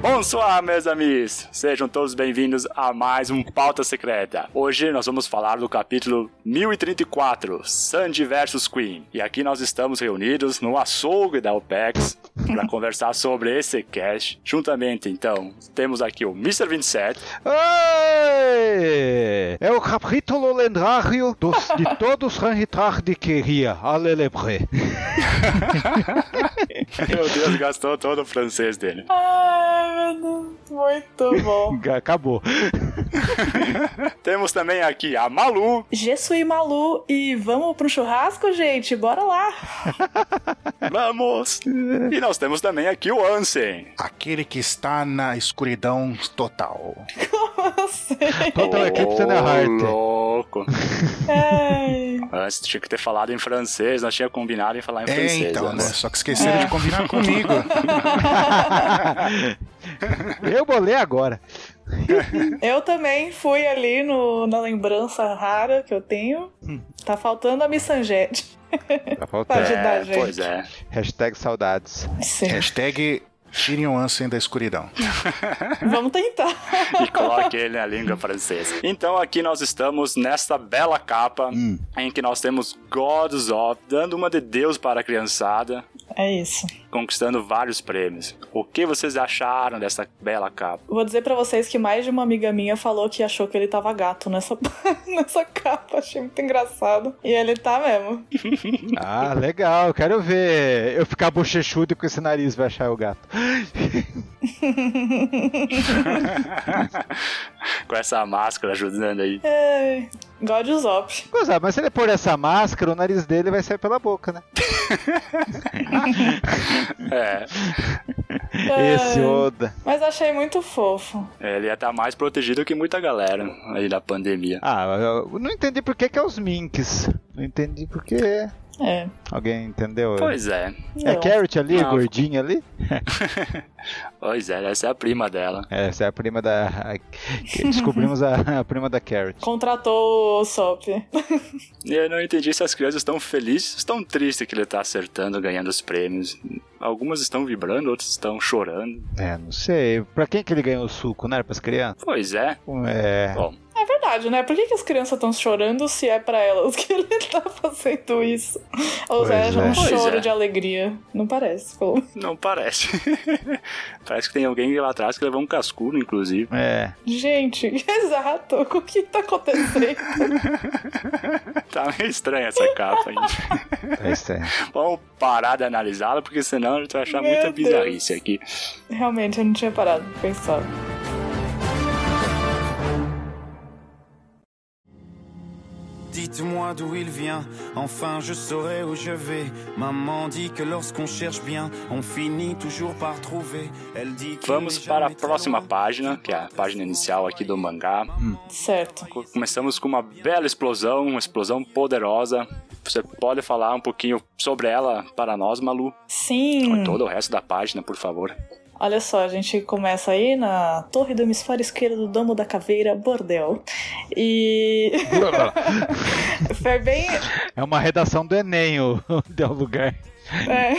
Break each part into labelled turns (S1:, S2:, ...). S1: Bonsoir, meus amigos! Sejam todos bem-vindos a mais um Pauta Secreta. Hoje nós vamos falar do capítulo 1034, Sandy vs Queen. E aqui nós estamos reunidos no açougue da OPEX para conversar sobre esse cast. Juntamente, então, temos aqui o Mr. 27.
S2: Oi! É o capítulo lendário dos, de todos os de queria, a lelebre.
S1: Meu Deus, gastou todo o francês dele.
S3: Ai, meu Deus, muito bom.
S2: Acabou.
S1: Temos também aqui a Malu.
S3: Gesso e Malu, e vamos pro churrasco, gente? Bora lá.
S1: Vamos! E nós temos também aqui o Ansem.
S4: Aquele que está na escuridão total.
S3: Como assim?
S2: Total Eclipse and the Heart.
S1: louco.
S3: Ai.
S1: Antes tinha que ter falado em francês, nós tínhamos combinado em falar em
S4: É,
S1: francês.
S4: então, né?
S1: né?
S4: Só que esqueceram
S3: É.
S4: de combinar comigo.
S2: Eu bolei agora.
S3: Eu também fui ali no, na lembrança rara que eu tenho. Tá faltando a Missangete.
S2: Tá
S3: Pra
S2: faltando.
S3: ajudar a
S1: É,
S3: gente.
S1: pois é.
S2: Hashtag saudades.
S3: Sim.
S4: É. Hashtag tirem o Ansem da escuridão.
S3: Vamos tentar.
S1: E coloque ele na língua francesa. Então aqui nós estamos nesta bela capa
S4: Hum.
S1: em que nós temos Gods of dando uma de Deus para a criançada.
S3: É isso.
S1: Conquistando vários prêmios. O que vocês acharam dessa bela capa?
S3: Vou dizer pra vocês que mais de uma amiga minha falou que achou que ele tava gato nessa, nessa capa. Achei muito engraçado. E ele tá mesmo.
S2: Ah, legal. Quero ver eu ficar bochechudo com esse nariz vai achar o gato.
S1: Com essa máscara ajudando aí.
S3: Ai. God Zop.
S2: Gozar, mas se ele pôr essa máscara, o nariz dele vai sair pela boca, né?
S1: É,
S3: É.
S2: Esse Oda.
S3: Mas achei muito fofo.
S1: ele ia estar mais protegido que muita galera aí da pandemia.
S2: Ah, eu não entendi por que, que é os minks. Não entendi por que.
S3: É.
S2: Alguém entendeu?
S1: Pois é,
S2: É
S3: não.
S2: Carrot ali,
S1: Não.
S2: gordinha ali?
S1: pois é, essa é a prima dela.
S2: É, Essa é a prima da. a- que Descobrimos a, a prima da Carrot.
S3: Contratou o É Sop.
S1: E eu não entendi se as crianças estão felizes, estão tristes que ele tá acertando, ganhando os prêmios. Algumas estão vibrando, outras estão chorando.
S2: É, não sei. Pra quem que ele ganhou o suco, né? Era Pras crianças?
S1: Pois é.
S2: É.
S1: Bom,
S3: É verdade, né? Por que, que as crianças estão chorando se é pra elas que ele tá fazendo isso? Ou
S2: Pois
S3: seja, um
S2: é.
S1: Pois
S3: choro
S1: é.
S3: de alegria. Não parece, pelo menos.
S1: não parece. parece que tem alguém lá atrás que levou um cascudo, inclusive.
S2: É.
S3: Gente, exato. O que tá acontecendo?
S1: Tá meio estranha essa capa aí.
S2: é isso aí.
S1: Vamos parar de analisá-la, porque senão a gente vai achar
S3: Meu
S1: muita
S3: Deus.
S1: bizarrice aqui.
S3: Realmente, eu não tinha parado pra pensar.
S5: Dites-moi d'où il vient, enfin je saurai où je vais. Maman dit que lorsqu'on cherche bien, on finit toujours par trouver. Elle dit qu'il
S1: Vamos
S5: n'est
S1: para a
S5: jamais très
S1: próxima
S5: loin.
S1: página, que é a página inicial aqui do mangá.
S3: Certo.
S1: Co- Começamos com uma bela explosão, uma explosão poderosa. Você pode falar um pouquinho sobre ela para nós, Malu?
S3: Sim.
S1: Todo o resto da página, por favor.
S3: Olha só, a gente começa aí na torre do hemisfério esquerdo do Domo da Caveira, Bordel. E. Foi bem.
S2: É uma redação do Enem, o deu lugar.
S3: É.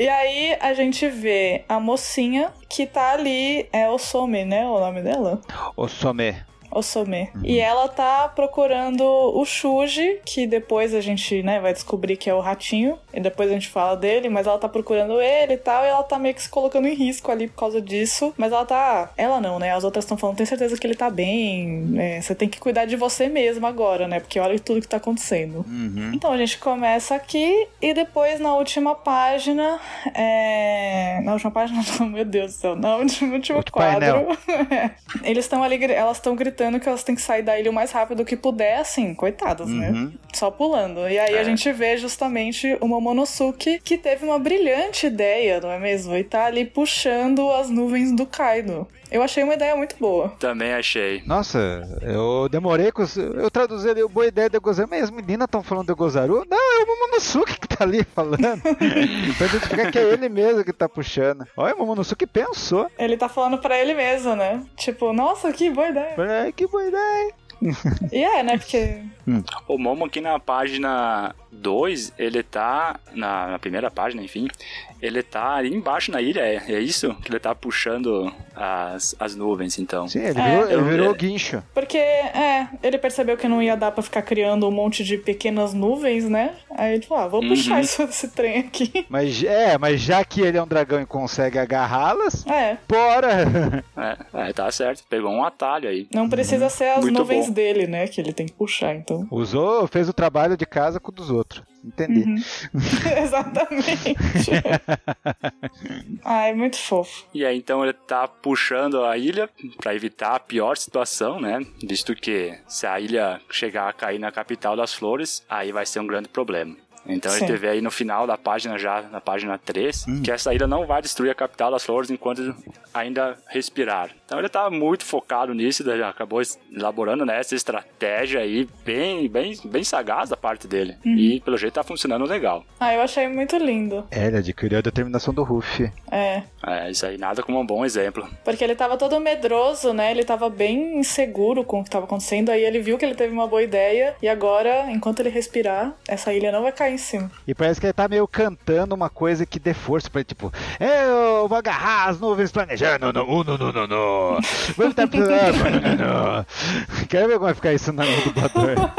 S3: e aí a gente vê a mocinha que tá ali, é Osome, né? O nome dela?
S2: O Somé.
S3: Osome. E ela tá procurando o Shuji, que depois a gente, né, vai descobrir que é o ratinho. E depois a gente fala dele, mas ela tá procurando ele e tal. E ela tá meio que se colocando em risco ali por causa disso. Mas ela tá. Ela não, né? As outras estão falando, tem certeza que ele tá bem. né? Você tem que cuidar de você mesma agora, né? Porque olha tudo que tá acontecendo. Então a gente começa aqui e depois na última página. É... Na última página, não, meu Deus do céu, na última, no último
S2: Outro
S3: quadro. Eles estão ali, gri- elas estão gritando que elas têm que sair da ilha o mais rápido que puder, assim, coitadas, né? Só pulando. E aí a gente vê justamente o Momonosuke que teve uma brilhante ideia, não é mesmo? E tá ali puxando as nuvens do Kaido. Eu achei uma ideia muito boa.
S1: Também achei.
S2: Nossa, eu demorei com. os- Eu traduzi ali, boa ideia de Gozaru. Mas as meninas estão falando de Gozaru? Não, é o Momonosuke que tá ali falando. pra identificar que é ele mesmo que tá puxando. Olha, o Momonosuke pensou.
S3: Ele tá falando pra ele mesmo, né? Tipo, nossa, que boa ideia.
S2: Ai, que boa ideia.
S3: E é, né? Porque
S1: O Momo aqui na página 2, ele tá na, na primeira página, enfim. Ele tá ali embaixo na ilha, é, é isso? Que ele tá puxando as, as nuvens, então.
S2: Sim, ele
S3: É.
S2: virou, ele
S1: Eu-
S2: virou
S1: é-
S2: o guincho.
S3: Porque, é, ele percebeu que não ia dar pra ficar criando um monte de pequenas nuvens, né? Aí ele falou, ah, vou puxar isso, esse trem aqui.
S2: Mas, é, mas já que ele é um dragão e consegue agarrá-las,
S3: É,
S2: bora!
S1: É, é, tá certo. Pegou um atalho aí.
S3: não precisa ser as
S1: Muito
S3: nuvens
S1: bom.
S3: dele, né? Que ele tem que puxar, então.
S2: Usou, fez o trabalho de casa com o dos outros. Entendi.
S3: Exatamente. Ai, muito fofo.
S1: E aí então ele tá puxando a ilha pra evitar a pior situação, né? Visto que se a ilha chegar a cair na capital das flores, aí vai ser um grande problema. Então
S3: Sim.
S1: ele teve aí no final da página já, na página 3, que essa ilha não vai destruir a capital das flores enquanto ainda respirar. Então ele tá muito focado nisso, daí acabou es- elaborando né, essa estratégia aí bem, bem, bem sagaz da parte dele. E pelo jeito tá funcionando legal.
S3: Ah, eu achei muito lindo.
S2: É, ele adquiriu a determinação do Ruffy.
S3: É.
S1: É, isso aí nada como um bom exemplo.
S3: Porque ele tava todo medroso, né? Ele tava bem inseguro com o que tava acontecendo. Aí ele viu que ele teve uma boa ideia. E agora, enquanto ele respirar, essa ilha não vai cair em cima.
S2: E parece que ele tá meio cantando uma coisa que dê força pra ele, tipo, eu vou agarrar as nuvens planejando, uh, não, não, não, não, não. Vamos tá precisando, não, não. Quero ver como vai ficar isso na mão do dublador.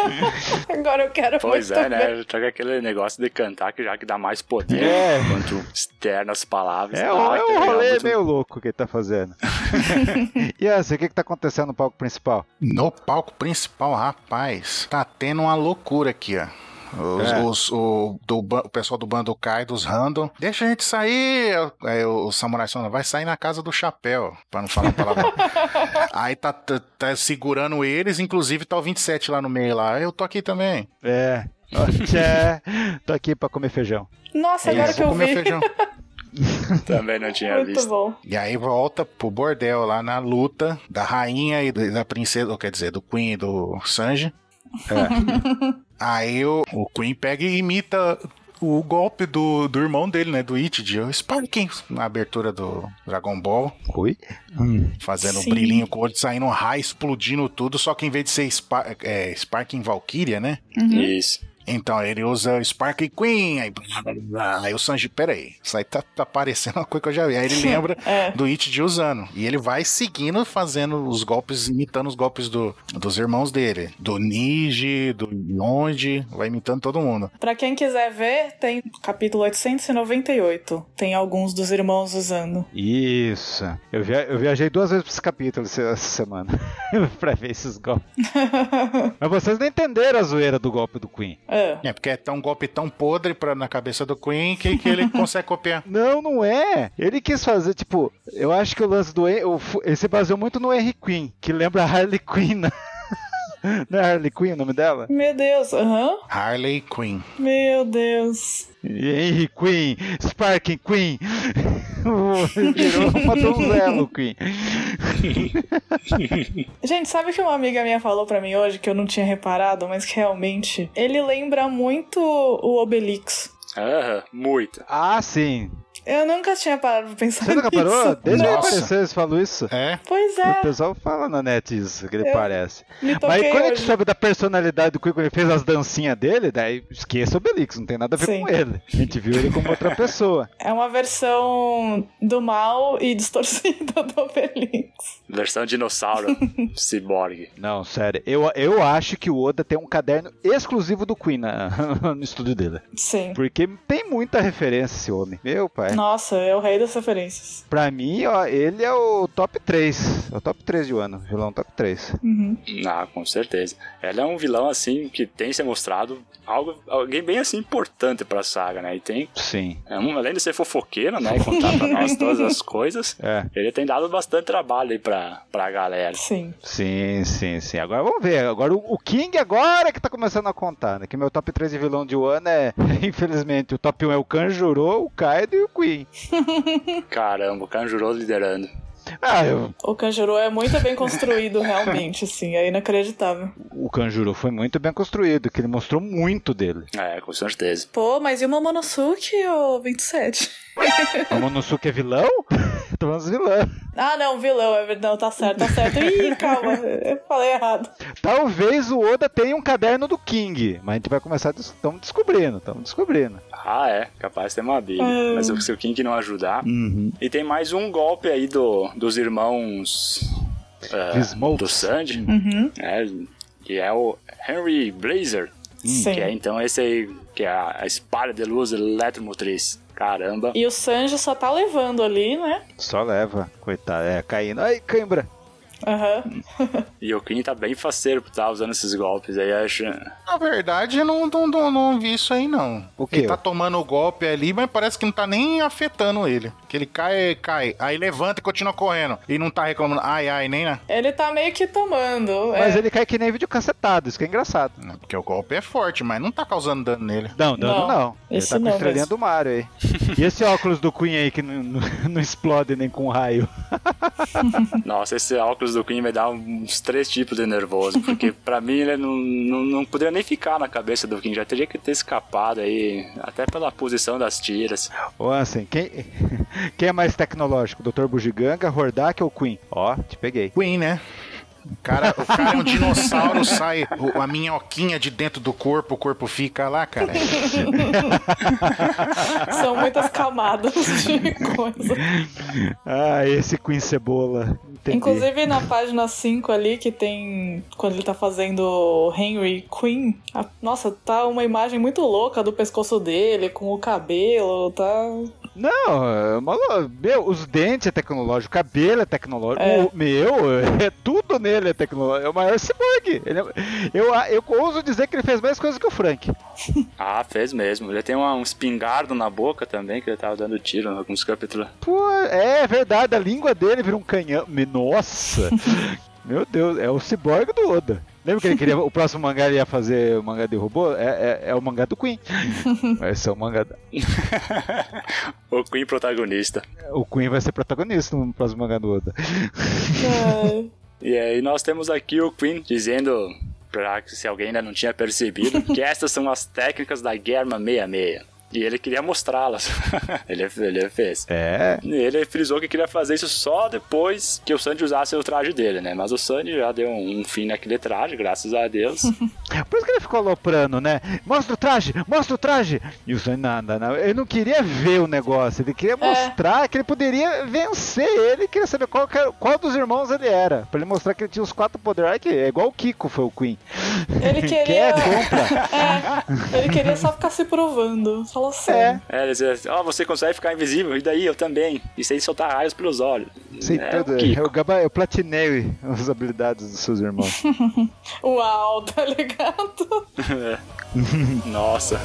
S3: Agora eu quero
S1: Pois
S3: muito
S1: é, né? Tá com aquele negócio de cantar que já que dá mais poder
S2: É.
S1: quanto externa as palavras.
S2: É, um-
S1: Ah,
S2: é
S1: que
S2: um
S1: legal,
S2: rolê
S1: muito-
S2: meio louco que ele tá fazendo. e assim, o que que tá acontecendo no palco principal?
S4: No palco principal, rapaz, tá tendo uma loucura aqui, ó. Os,
S2: É.
S4: os- o, do ba- o pessoal do bando cai, dos random. Deixa a gente sair! Aí o Samurai Sona vai sair na casa do chapéu, pra não falar a palavra. Aí tá, tá- tá segurando eles, inclusive tá o 27 lá no meio lá. Eu tô aqui também.
S2: É. ó, Tchê, tô aqui pra comer feijão.
S3: Nossa, agora
S4: Isso,
S3: que eu
S4: vou comer
S3: vi.
S4: feijão.
S1: Também não tinha
S3: Muito
S1: visto.
S3: bom.
S4: E aí volta pro bordel lá na luta da rainha e da princesa, ou quer dizer, do Queen e do Sanji. É. aí o, o Queen pega e imita o golpe do, do irmão dele, né? Do Itid, o Sparking, na abertura do Dragon Ball,
S2: Oi? Hum.
S4: fazendo
S3: Sim.
S4: um brilhinho com o olho, saindo um raio, explodindo tudo, só que em vez de ser Spa- é, Sparking Valkyria, né?
S2: Uhum.
S1: Isso.
S4: Então ele usa o Spark e Queen, aí, blá, blá, blá. Aí o Sanji, peraí, isso aí tá, tá parecendo uma coisa que eu já vi. Aí ele lembra
S3: É.
S4: do It de usando. E ele vai seguindo, fazendo os golpes, imitando os golpes do, dos irmãos dele. Do Niji, do Yonji, vai imitando todo mundo.
S3: Pra quem quiser ver, tem o capítulo 898. Tem alguns dos irmãos usando.
S2: Isso. Eu, via- eu viajei duas vezes pra esse capítulo esse- essa semana. pra ver esses golpes. Mas vocês não entenderam a zoeira do golpe do Queen.
S3: É.
S4: É, porque é tão um golpe tão podre pra, na cabeça do Queen que, que ele consegue copiar.
S2: Não, não é. Ele quis fazer, tipo, eu acho que o lance do. Hen- o fu- Ele se baseou muito no Henry Queen, que lembra a Harley Quinn. né? Não é Harley Quinn o nome dela?
S3: Meu Deus, aham.
S4: Harley Quinn.
S3: Meu Deus.
S2: Henry Queen, Sparking Queen. Virou uma donzela o Queen.
S3: Gente, sabe o que uma amiga minha falou pra mim hoje que eu não tinha reparado, mas que realmente ele lembra muito o Obelix.
S1: Aham, muito.
S2: Ah, sim.
S3: Eu nunca tinha parado pra pensar
S2: Você nunca
S3: nisso.
S2: parou? Desde que ele
S4: Nossa.
S2: apareceu, eles falam isso.
S4: É,
S3: Pois
S2: O
S3: é,
S2: pessoal fala na net isso, que ele
S3: Eu
S2: parece.
S3: me
S2: Mas
S3: toquei
S2: quando é a gente
S3: hoje.
S2: sabe da personalidade do Quick, quando ele fez as dancinhas dele, daí esqueça o Belix, não tem nada a ver
S3: Sim.
S2: com ele. A gente viu ele como outra pessoa.
S3: É uma versão do mal e distorcida do Obelix.
S1: Versão dinossauro, ciborgue.
S2: Não, sério, eu, eu acho que o Oda tem um caderno exclusivo do Queen na- no estúdio dele.
S3: Sim.
S2: Porque tem muita referência esse homem. Meu pai.
S3: Nossa, é o rei das referências.
S2: Pra mim, ó, ele é o top 3. É o top 3 de um ano. Vilão top 3.
S3: Uhum.
S1: Ah, com certeza. Ela é um vilão, assim, que tem se mostrado algo, alguém bem, assim, importante pra saga, né? E tem,
S2: Sim.
S1: é um- além de ser fofoqueiro, né? E contar pra nós todas as coisas,
S2: É.
S1: ele tem dado bastante trabalho aí pra, pra galera.
S3: Sim.
S2: Sim, sim, sim. Agora vamos ver. Agora o, o King agora que tá começando a contar, né? Que meu top 3 de vilão de Wano é, infelizmente, o top 1 é o Kanjuro, o Kaido e o Queen.
S1: Caramba, o Kanjuro liderando.
S2: Ah, eu-
S3: O Kanjuro é muito bem construído, realmente, assim. É inacreditável.
S2: o Kanjuro foi muito bem construído, que ele mostrou muito dele.
S1: É, com certeza.
S3: Pô, mas e o Momonosuke, ô 27?
S2: O Monosuke é vilão? tô falando dos vilãs.
S3: Ah, não, vilão, é verdade. Não, tá certo, tá certo. Ih, calma, eu falei errado.
S2: Talvez o Oda tenha um caderno do King, mas a gente vai começar, estamos descobrindo, estamos descobrindo.
S1: Ah, é. Capaz de ter uma bíblia.
S3: É.
S1: Mas se o King não ajudar. E tem mais um golpe aí do, dos irmãos. ah,
S2: The Smokes.
S1: do Sandy.
S3: Uhum.
S1: né, que é o Henry Blazer.
S3: Sim.
S1: Que é então esse aí, que é a a espada de luz eletromotriz. Caramba.
S3: E o Sanji só tá levando ali, né?
S2: Só leva, coitado, é, caindo. Ai, cãibra.
S3: Aham.
S1: E o Queen tá bem faceiro por estar usando esses golpes aí. Acho...
S4: Na verdade, eu não, não, não, não vi isso aí, não.
S2: O quê?
S4: Ele tá tomando o golpe ali, mas parece que não tá nem afetando ele. Que ele cai, cai. Aí levanta e continua correndo. E não tá reclamando. Ai, ai, nem, né?
S3: Ele tá meio que tomando.
S2: Mas
S3: é.
S2: ele cai que nem vídeo cacetado, isso que é engraçado.
S4: Não, Porque o golpe é forte, mas não tá causando dano nele.
S2: Não,
S3: Não,
S2: não, não. Ele
S3: esse
S2: tá com
S3: não
S2: a estrelinha
S3: mesmo.
S2: do Mario aí. E esse óculos do Queen aí que não, não- não explode nem com raio.
S1: Nossa, esse óculos do Queen vai dar uns três tipos de nervoso. Porque pra mim ele não, não, não poderia nem ficar na cabeça do Queen. Já teria que ter escapado aí. Até pela posição das tiras.
S2: Ô, Ansem, quem, quem é mais tecnológico? Dr. Bugiganga, Hordak ou Queen? Ó, te peguei.
S4: Queen, né? O cara, o cara é um dinossauro, sai o- a minhoquinha de dentro do corpo, o corpo fica lá, cara.
S3: São muitas camadas de coisa.
S2: Ah, esse Queen Cebola. Entendi.
S3: Inclusive na página 5 ali, que tem. Quando ele tá fazendo o Henry Queen. a- nossa, tá uma imagem muito louca do pescoço dele, com o cabelo, tá.
S2: Não, é uma lo- meu, os dentes é tecnológico, o cabelo é tecnológico,
S3: É.
S2: o meu, é tudo nele é tecnológico, é o maior cyborg. Ele é- eu, a- eu ouso dizer que ele fez mais coisa que o Frank.
S1: Ah, fez mesmo. Ele tem uma- um espingardo na boca também, que ele tava dando tiro em alguns capítulos.
S2: Pô, é verdade, a língua dele vira um canhão. Me- Nossa! Meu Deus, é o cyborg do Oda. Lembra que ele queria. O próximo mangá ele ia fazer o mangá de robô? É, é- é o mangá do Queen. Vai ser o mangá. da-
S1: O Queen protagonista.
S2: O Queen vai ser protagonista no próximo mangá do Oda.
S3: é,
S1: E aí nós temos aqui o Queen dizendo, pra que se alguém ainda não tinha percebido, que estas são as técnicas da Germa 66. E ele queria mostrá-las. ele, ele fez.
S2: É.
S1: E ele frisou que queria fazer isso só depois que o Sandy usasse o traje dele, né? Mas o Sandy já deu um, um fim naquele traje, graças a Deus.
S2: Por isso que ele ficou aloprando, né? Mostra o traje, mostra o traje! E o Sonny nada, não. Ele não queria ver o negócio, ele
S3: É.
S2: queria mostrar que ele poderia vencer ele, queria saber qual, que era- qual dos irmãos ele era. Pra ele mostrar que ele tinha os quatro poderes. Ai, que é igual o Kiko foi o Queen. é
S3: Ele
S2: Quer,
S3: queria-
S2: compra.
S3: é, ele queria só ficar se provando. Fala sério.
S1: é, ele dizia assim, ó, você consegue ficar invisível, e daí eu também. E sem soltar raios pelos olhos.
S2: Sei
S1: é,
S2: tudo.
S1: o Kiko.
S2: Eu, gaba- eu platinei as habilidades dos seus irmãos.
S3: Uau, tá ligado?
S1: Nossa.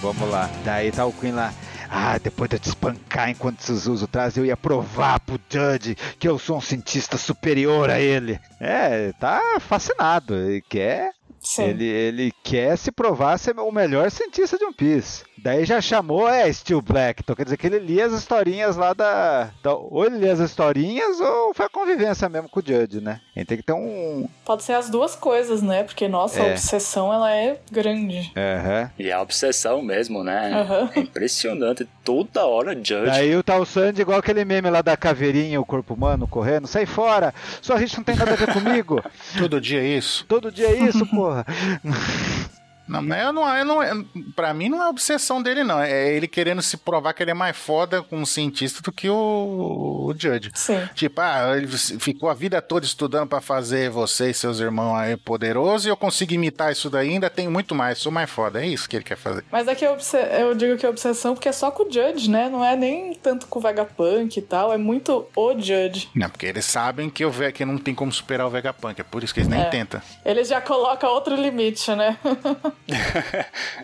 S2: Vamos lá. Daí tá o Queen lá. Ah, depois de eu te espancar enquanto vocês usam o traje, eu ia provar pro Judge que eu sou um cientista superior a ele. É, tá fascinado. Ele quer,
S3: Sim.
S2: ele, ele quer se provar ser o melhor cientista de One Piece. Daí já chamou, é, Steel Black. Então quer dizer que ele lia as historinhas lá da. da- ou ele lia as historinhas ou foi a convivência mesmo com o Judge, né? Ele tem que ter um.
S3: Pode ser as duas coisas, né? Porque nossa, a
S2: É.
S3: obsessão ela é grande.
S2: Aham.
S1: E é a obsessão mesmo, né?
S3: Aham.
S1: É impressionante. Toda hora Judge.
S2: Daí o tal Sandy, igual aquele meme lá da caveirinha, o corpo humano correndo, sai fora, sua rixa não tem nada a ver comigo,
S4: Todo dia é isso.
S2: todo dia é isso, porra.
S4: Não, mas eu não, eu não, eu- pra mim não é obsessão dele, não. É ele querendo se provar que ele é mais foda como cientista do que o, o Judge.
S3: Sim.
S4: Tipo, ah, ele s- ficou a vida toda estudando pra fazer você e seus irmãos aí poderoso e eu consigo imitar isso daí, ainda tenho muito mais, sou mais foda. É isso que ele quer fazer.
S3: Mas é que eu, obse- eu digo que é obsessão porque é só com o Judge, né? Não é nem tanto com o Vegapunk e tal, é muito o Judge.
S4: Não, porque eles sabem que, o, Ve- que não tem como superar o Vegapunk, é por isso que eles nem
S3: É.
S4: tentam.
S3: Ele já coloca outro limite, né?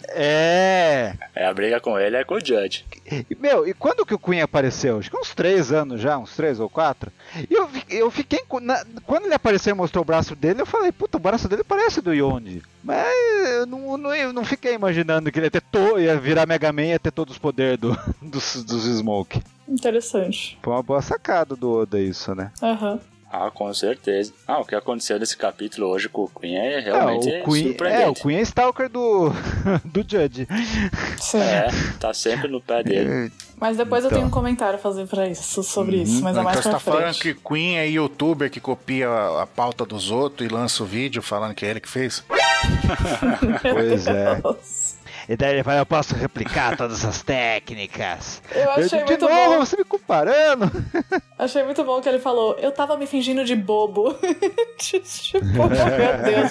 S2: É.
S1: É, a briga com ele é com o Judge.
S2: E, Meu, e quando que o Queen apareceu? Acho que uns três anos já, uns três ou quatro. E eu, fi- eu fiquei. com- na- quando ele apareceu e mostrou o braço dele, eu falei, puta, o braço dele parece do Yondi. Mas Mas eu não, não, eu não fiquei imaginando que ele ia, ter to, ia virar Mega Man e ia ter todos os poderes do, dos, dos Smoke.
S3: Interessante.
S2: Foi uma boa sacada do Oda isso, né?
S3: Aham.
S1: Ah, com certeza. Ah, o que aconteceu nesse capítulo hoje com o Queen é realmente
S2: é, o Queen,
S1: surpreendente.
S2: é, o Queen é Stalker do, do Judge.
S3: Sim.
S1: É, tá sempre no pé dele.
S3: Mas depois eu
S2: Então.
S3: tenho um comentário a fazer pra isso, sobre
S2: Uhum.
S3: isso, mas é
S4: então
S3: mais
S4: você
S3: pra
S4: tá falando
S3: frente.
S4: que Queen é youtuber que copia a, a pauta dos outros e lança o vídeo falando que é ele que fez?
S2: Pois é.
S3: Nossa.
S2: E daí ele fala, eu posso replicar todas essas técnicas.
S3: Eu
S2: Eu
S3: achei
S2: digo, de
S3: muito
S2: novo,
S3: bom.
S2: você me comparando.
S3: Achei muito bom que ele falou, eu tava me fingindo de bobo. tipo, meu Deus.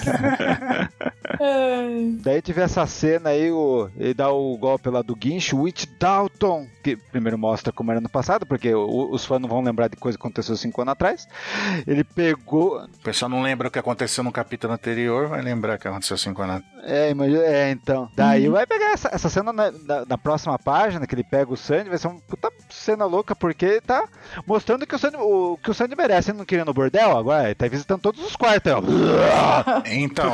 S3: Ai.
S2: Daí tive essa cena aí, o, ele dá o golpe lá do guincho, Witch Dalton, que primeiro mostra como era no passado, porque o- os fãs não vão lembrar de coisa que aconteceu cinco anos atrás. Ele pegou.
S4: O pessoal não lembra o que aconteceu no capítulo anterior, vai lembrar o que aconteceu cinco anos.
S2: É, imagina, é então. Daí vai pegar essa, essa cena na, na- na próxima página, que ele pega o Sandy, vai ser uma puta cena louca, porque tá mostrando que o Sandy, o, que o Sandy merece, ele não queria ir no bordel, agora ele tá visitando todos os quartos. ó.
S4: Então,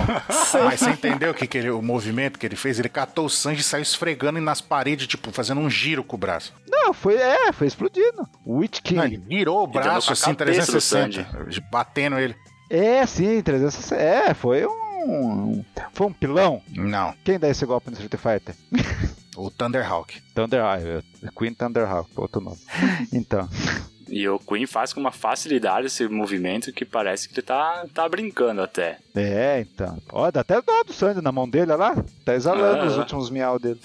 S4: mas você entendeu o que, que ele- o movimento que ele fez? Ele catou o sangue e saiu esfregando nas paredes, tipo, fazendo um giro com o braço.
S2: Não, foi, é, foi explodindo. Witch King.
S4: Não, ele virou o
S1: deu com a
S4: braço assim,
S1: cabeça do
S4: 360, batendo ele.
S2: É, sim, 360. É, foi um. Foi um pilão.
S4: Não,
S2: Quem dá esse golpe no Street Fighter?
S4: o Thunderhawk.
S2: Thunderhawk. é Queen Thunderhawk, outro nome. Então.
S1: E o Queen faz com uma facilidade esse movimento que parece que ele tá, tá brincando até.
S2: É, então. Ó, dá até dó do Sandy na mão dele, olha lá. Tá exalando
S1: Ah.
S2: os últimos miau dele.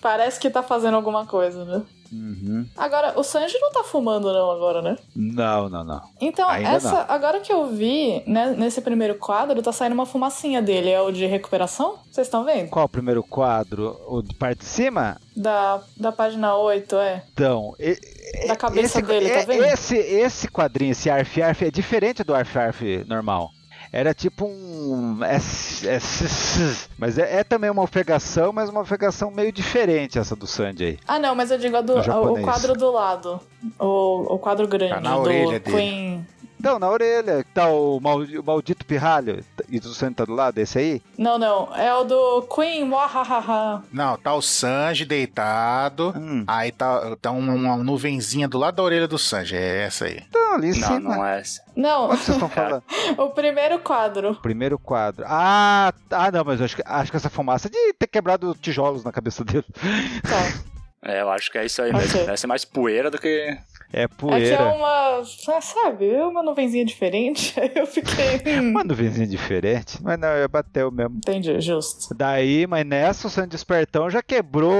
S3: Parece que tá fazendo alguma coisa, né?
S2: Uhum.
S3: Agora, o Sanji não tá fumando não agora, né?
S2: Não, não, não.
S3: Então,
S2: Ainda
S3: essa, agora que eu vi, né, nesse primeiro quadro, tá saindo uma fumacinha dele. É o de recuperação? Vocês estão vendo?
S2: Qual o primeiro quadro? O de parte de cima?
S3: Da, da página 8, é.
S2: Então, e-
S3: Da
S2: e-
S3: cabeça dele, tá
S2: é-
S3: vendo?
S2: Esse, esse quadrinho, esse arf-arf, é diferente do arf-arf normal. Era tipo um. é s- é s- s- mas é, é também uma ofegação, mas uma ofegação meio diferente essa do Sandy aí.
S3: Ah, não, mas eu digo a
S4: É
S3: do,
S2: No
S3: a- o
S2: japonês.
S3: quadro do lado. O, o quadro grande
S4: Tá na
S3: do
S4: orelha dele.
S3: Queen.
S2: Então, na orelha, que tá o, maldi- o maldito pirralho, e o Sandy tá do lado, esse aí?
S3: Não, não. É o do Queen, wahahaha.
S4: Não, tá o Sanji deitado,
S2: Hum.
S4: aí tá, tá uma, uma nuvenzinha do lado da orelha do Sanji, é essa aí.
S2: Então, ali em
S1: Não,
S2: cima.
S1: não é essa.
S3: Não,
S2: Quanto vocês estão falando?
S3: o primeiro quadro.
S2: Primeiro quadro. Ah, ah não, mas eu acho, que- acho que essa fumaça é de ter quebrado tijolos na cabeça dele.
S3: Tá.
S1: É, eu acho que é isso aí mesmo.
S3: Ok.
S1: Parece mais poeira do que.
S2: É
S3: É que é
S2: poeira.
S3: uma. ah, sabe, é uma nuvenzinha diferente. Aí eu fiquei. hum.
S2: Uma nuvenzinha um diferente. Mas não, ia bateu mesmo.
S3: Entendi, justo.
S2: Daí, mas nessa, o Sandy Despertão já quebrou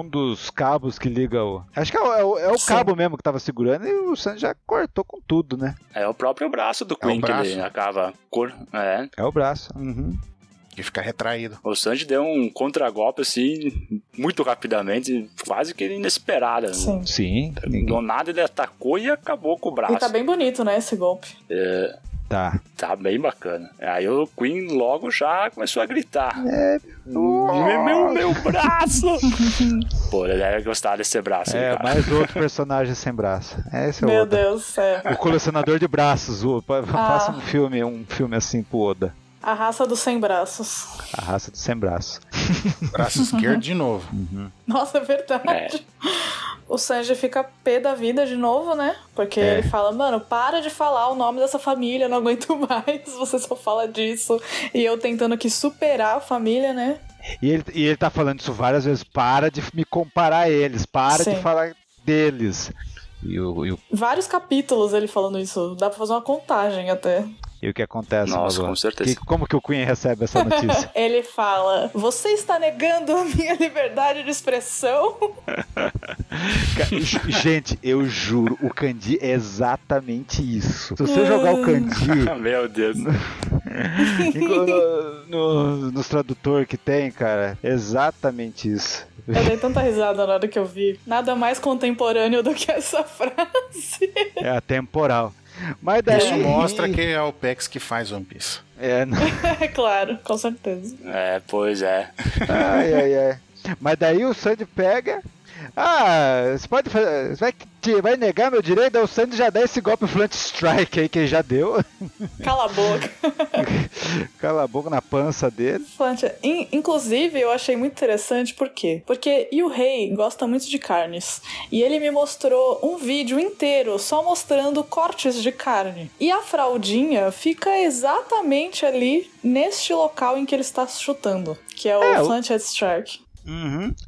S2: um dos cabos que liga o. Acho que é o, é o- é o
S3: Sim.
S2: cabo mesmo que tava segurando e o Sandy já cortou com tudo, né?
S1: É o próprio braço do Queen que
S4: braço.
S1: ele acaba. cor- É.
S2: É o braço. Uhum.
S4: Que fica retraído.
S1: O Sanji deu um contragolpe assim, muito rapidamente, quase que inesperado.
S3: Sim.
S2: Sim.
S1: Do nada ele atacou e acabou com o braço.
S3: E tá bem bonito, né, esse golpe.
S1: É,
S2: Tá.
S1: tá bem bacana. Aí o Queen logo já começou a gritar.
S3: É,
S1: Meu, meu, meu braço! Pô, ele deve gostar desse braço,
S2: É,
S1: cara.
S2: mais outro personagem sem braço. É, Esse é o
S3: Meu
S2: Oda.
S3: Deus, Ah. é.
S2: O colecionador de braços. O, fa- Faça um filme, um filme assim pro Oda.
S3: A raça dos sem braços.
S2: A raça do sem braço.
S4: Braço esquerdo de novo.
S3: Nossa, é verdade.
S2: É.
S3: O Sanji fica pé da vida de novo, né? Porque
S2: É.
S3: ele fala, mano, para de falar o nome dessa família, não aguento mais, você só fala disso. E eu tentando que superar a família, né?
S2: E ele, e ele tá falando isso várias vezes. Para de me comparar a eles. Para
S3: Sim.
S2: de falar deles. E o, e o,
S3: Vários capítulos ele falando isso, dá pra fazer uma contagem até.
S2: e o que acontece,
S1: Nossa,
S2: Malu?
S1: com certeza.
S2: Que- como que o Queen recebe essa notícia?
S3: Ele fala: Você está negando a minha liberdade de expressão?
S2: Ca- ju- Gente, eu juro, o Kandi é exatamente isso. Se você jogar o Kandi
S1: Meu Deus.
S2: no, no- nos tradutor que tem, cara, é exatamente isso.
S3: Eu dei tanta risada na hora que eu vi. Nada mais contemporâneo do que essa frase.
S2: É atemporal. Mas daí...
S4: Isso mostra que é o Pex que faz One Piece.
S2: É, não-
S3: É claro, com certeza.
S1: É, pois é.
S2: Ai, ai, ai. Mas daí o Sandy pega. Ah, você pode fazer. Você vai, te- vai negar meu direito? Aí O Sandy já dá esse golpe Flant Strike aí que ele já deu.
S3: Cala a boca.
S2: Cala a boca na pança dele.
S3: Plantia. In- Inclusive, eu achei muito interessante, por quê? Porque o rei gosta muito de carnes. E ele me mostrou um vídeo inteiro só mostrando cortes de carne. E a fraldinha fica exatamente ali, neste local em que ele está chutando. Que é o
S2: É,
S3: é,
S2: o-
S3: Planted Strike.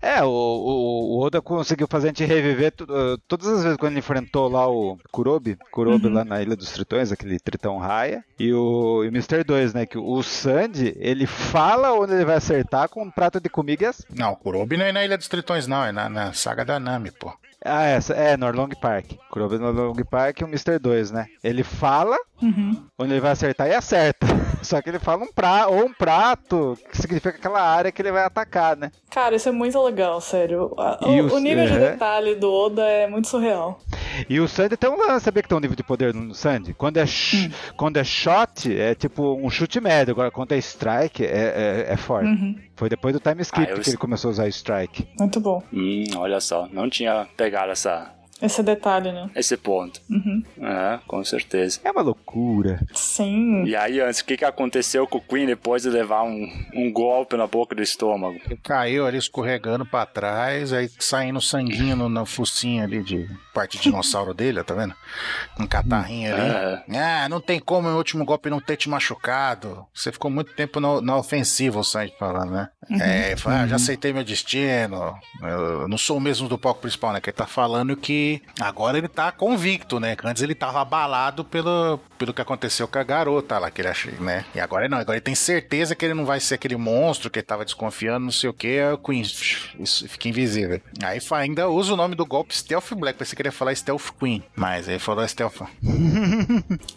S2: É, o, o, o Oda conseguiu fazer a gente reviver tu- eh, todas as vezes quando ele enfrentou lá o Kurobi, Kurobi lá na Ilha dos Tritões, aquele Tritão Raia, e o, e o Mr. 2, né? Que o Sandy, ele fala onde ele vai acertar com um prato de comidas.
S4: Não, o Kurobi não é na Ilha dos Tritões, não. É na, na saga da Nami, pô.
S2: Ah, essa, é, Norlong Park. Kurobi Norlong Park e o Mr. 2, né? Ele fala onde ele vai acertar e acerta. Só que ele fala um prato, ou um prato, que significa aquela área que ele vai atacar, né?
S3: Cara, isso é muito legal, sério. A-
S2: E
S3: O,
S2: o-
S3: o nível de
S2: é.
S3: detalhe do Oda é muito surreal.
S2: E o Sandy tem um lance, sabia que tem um nível de poder no Sandy? Quando é, sh- quando é shot, é tipo um chute médio. Agora, quando é strike, é, é, é forte. Foi depois do time skip
S1: Ah, eu-
S2: que ele começou a usar strike.
S3: Muito bom.
S1: Hum, olha só, não tinha pegado essa,
S3: Esse detalhe, né?
S1: esse ponto.
S3: Uhum.
S1: É, com certeza.
S2: É uma loucura.
S3: Sim.
S1: E aí, antes, o que, que aconteceu com o Queen depois de levar um, um golpe na boca do estômago?
S4: Ele caiu ali escorregando pra trás, aí saindo sanguinho no, no focinho ali de parte de dinossauro dele, ó, tá vendo? Um catarrinho ali. Ah, não tem como no último golpe não ter te machucado. Você ficou muito tempo no- na ofensiva, o Sanji falando, né? É, ele fala, ah, já aceitei meu destino. Eu não sou o mesmo do palco principal, né? Que ele tá falando que agora ele tá convicto, né? Que antes ele tava abalado pelo, pelo que aconteceu com a garota lá, que ele achei, né? E agora não, agora ele tem certeza que ele não vai ser aquele monstro que ele tava desconfiando, não sei o que, o Queen isso fica invisível. Aí fa- ainda usa o nome do golpe Stealth Black, pensei que ele ia falar Stealth Queen, mas aí ele falou Stealth.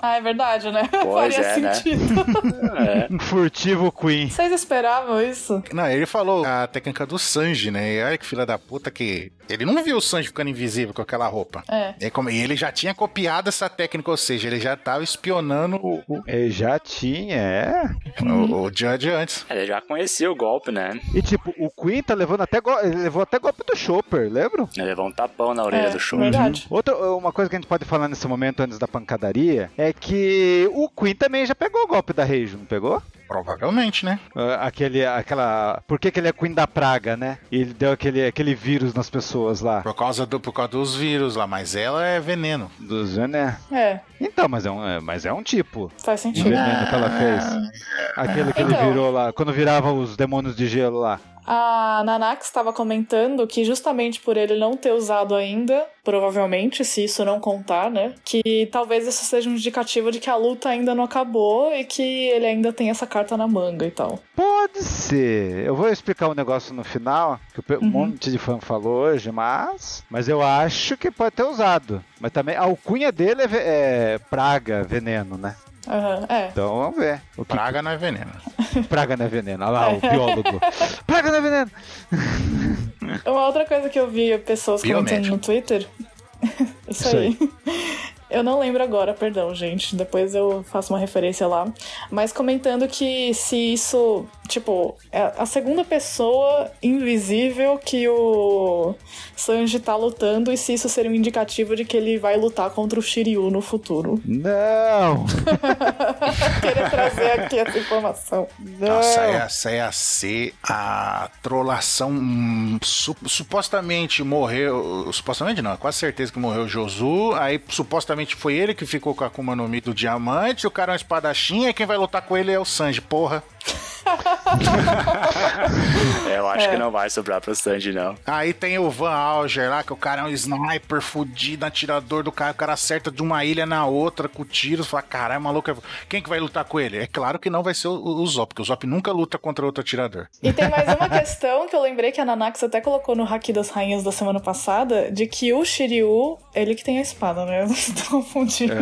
S3: Ah, é verdade, né?
S1: Pois
S3: Faria
S1: é, né?
S3: sentido.
S1: É,
S2: Um furtivo Queen.
S3: Vocês esperavam isso?
S4: Não, ele falou a técnica do Sanji, né? E olha que filha da puta que. Ele não viu o Sanji ficando invisível com aquela roupa.
S3: É.
S4: E como- e ele já tinha copiado essa técnica, ou seja, ele já tava espionando o, o,
S2: Ele já tinha, é.
S4: o Judge antes.
S1: ele já conhecia o golpe, né?
S2: E tipo, o Queen tá levando até go- ele levou até golpe do Chopper, lembram?
S1: Ele levou um tapão na orelha
S3: é,
S1: do show.
S3: Verdade.
S2: Outra, uma coisa que a gente pode falar nesse momento antes da pancadaria é que o Queen também já pegou o golpe da Reijo, não pegou?
S4: Provavelmente, né?
S2: Ah, aquele, aquela. Por que, que ele é Queen da Praga, né? E ele deu aquele, aquele vírus nas pessoas lá.
S4: Por causa, do, por causa dos vírus lá, mas ela é veneno.
S2: Dos, né?
S3: É,
S2: Então, mas é um, é- mas é um tipo
S3: faz
S2: de
S3: sentido.
S2: veneno que ela fez. Aquele que ele
S3: Então.
S2: virou lá, quando virava os demônios de gelo lá.
S3: A Nanax estava comentando que justamente por ele não ter usado ainda, provavelmente, se isso não contar, né? Que talvez isso seja um indicativo de que a luta ainda não acabou e que ele ainda tem essa carta na manga e tal.
S2: Pode ser. Eu vou explicar um negócio no final, que o pe- um
S3: Uhum.
S2: monte de fã falou hoje, mas. Mas eu acho que pode ter usado. Mas também a alcunha dele é, ve- é praga, veneno, né?
S3: Aham, é.
S2: Então vamos ver. O que
S4: Praga não é veneno.
S2: praga não é veneno. Olha lá, o biólogo. praga não é veneno!
S3: Uma outra coisa que eu vi pessoas comentando
S4: Biomédico.
S3: no Twitter. Isso,
S2: Isso
S3: aí. Eu não lembro agora, perdão, gente. Depois eu faço uma referência lá. Mas comentando que se isso. Tipo, é a segunda pessoa invisível que o Sanji tá lutando e se isso seria um indicativo de que ele vai lutar contra o Shiryu no futuro.
S2: Não!
S3: Queria trazer aqui essa informação.
S2: Não!
S4: Nossa, Então, é. essa ia ser a trollação. hum, su- supostamente morreu. Supostamente não, é quase certeza que morreu o Josu. Aí supostamente foi ele que ficou com a Akuma no Mi do diamante. O cara é um espadachim. E quem vai lutar com ele é o Sanji, porra.
S1: Eu acho que não vai sobrar pro Sanji, não.
S4: Aí tem o Van Alger lá, que o cara é um sniper fudido, atirador do cara. O cara acerta de uma ilha na outra com tiros. Fala, caralho, maluco. é- Quem que vai lutar com ele? É claro que não vai ser o, o Zop, porque o Zop nunca luta contra outro atirador.
S3: E tem mais uma questão que eu lembrei que a Nanax até colocou no Haki das Rainhas da semana passada, de que o Shiryu, ele que tem a espada, né? Eu não tô confundindo.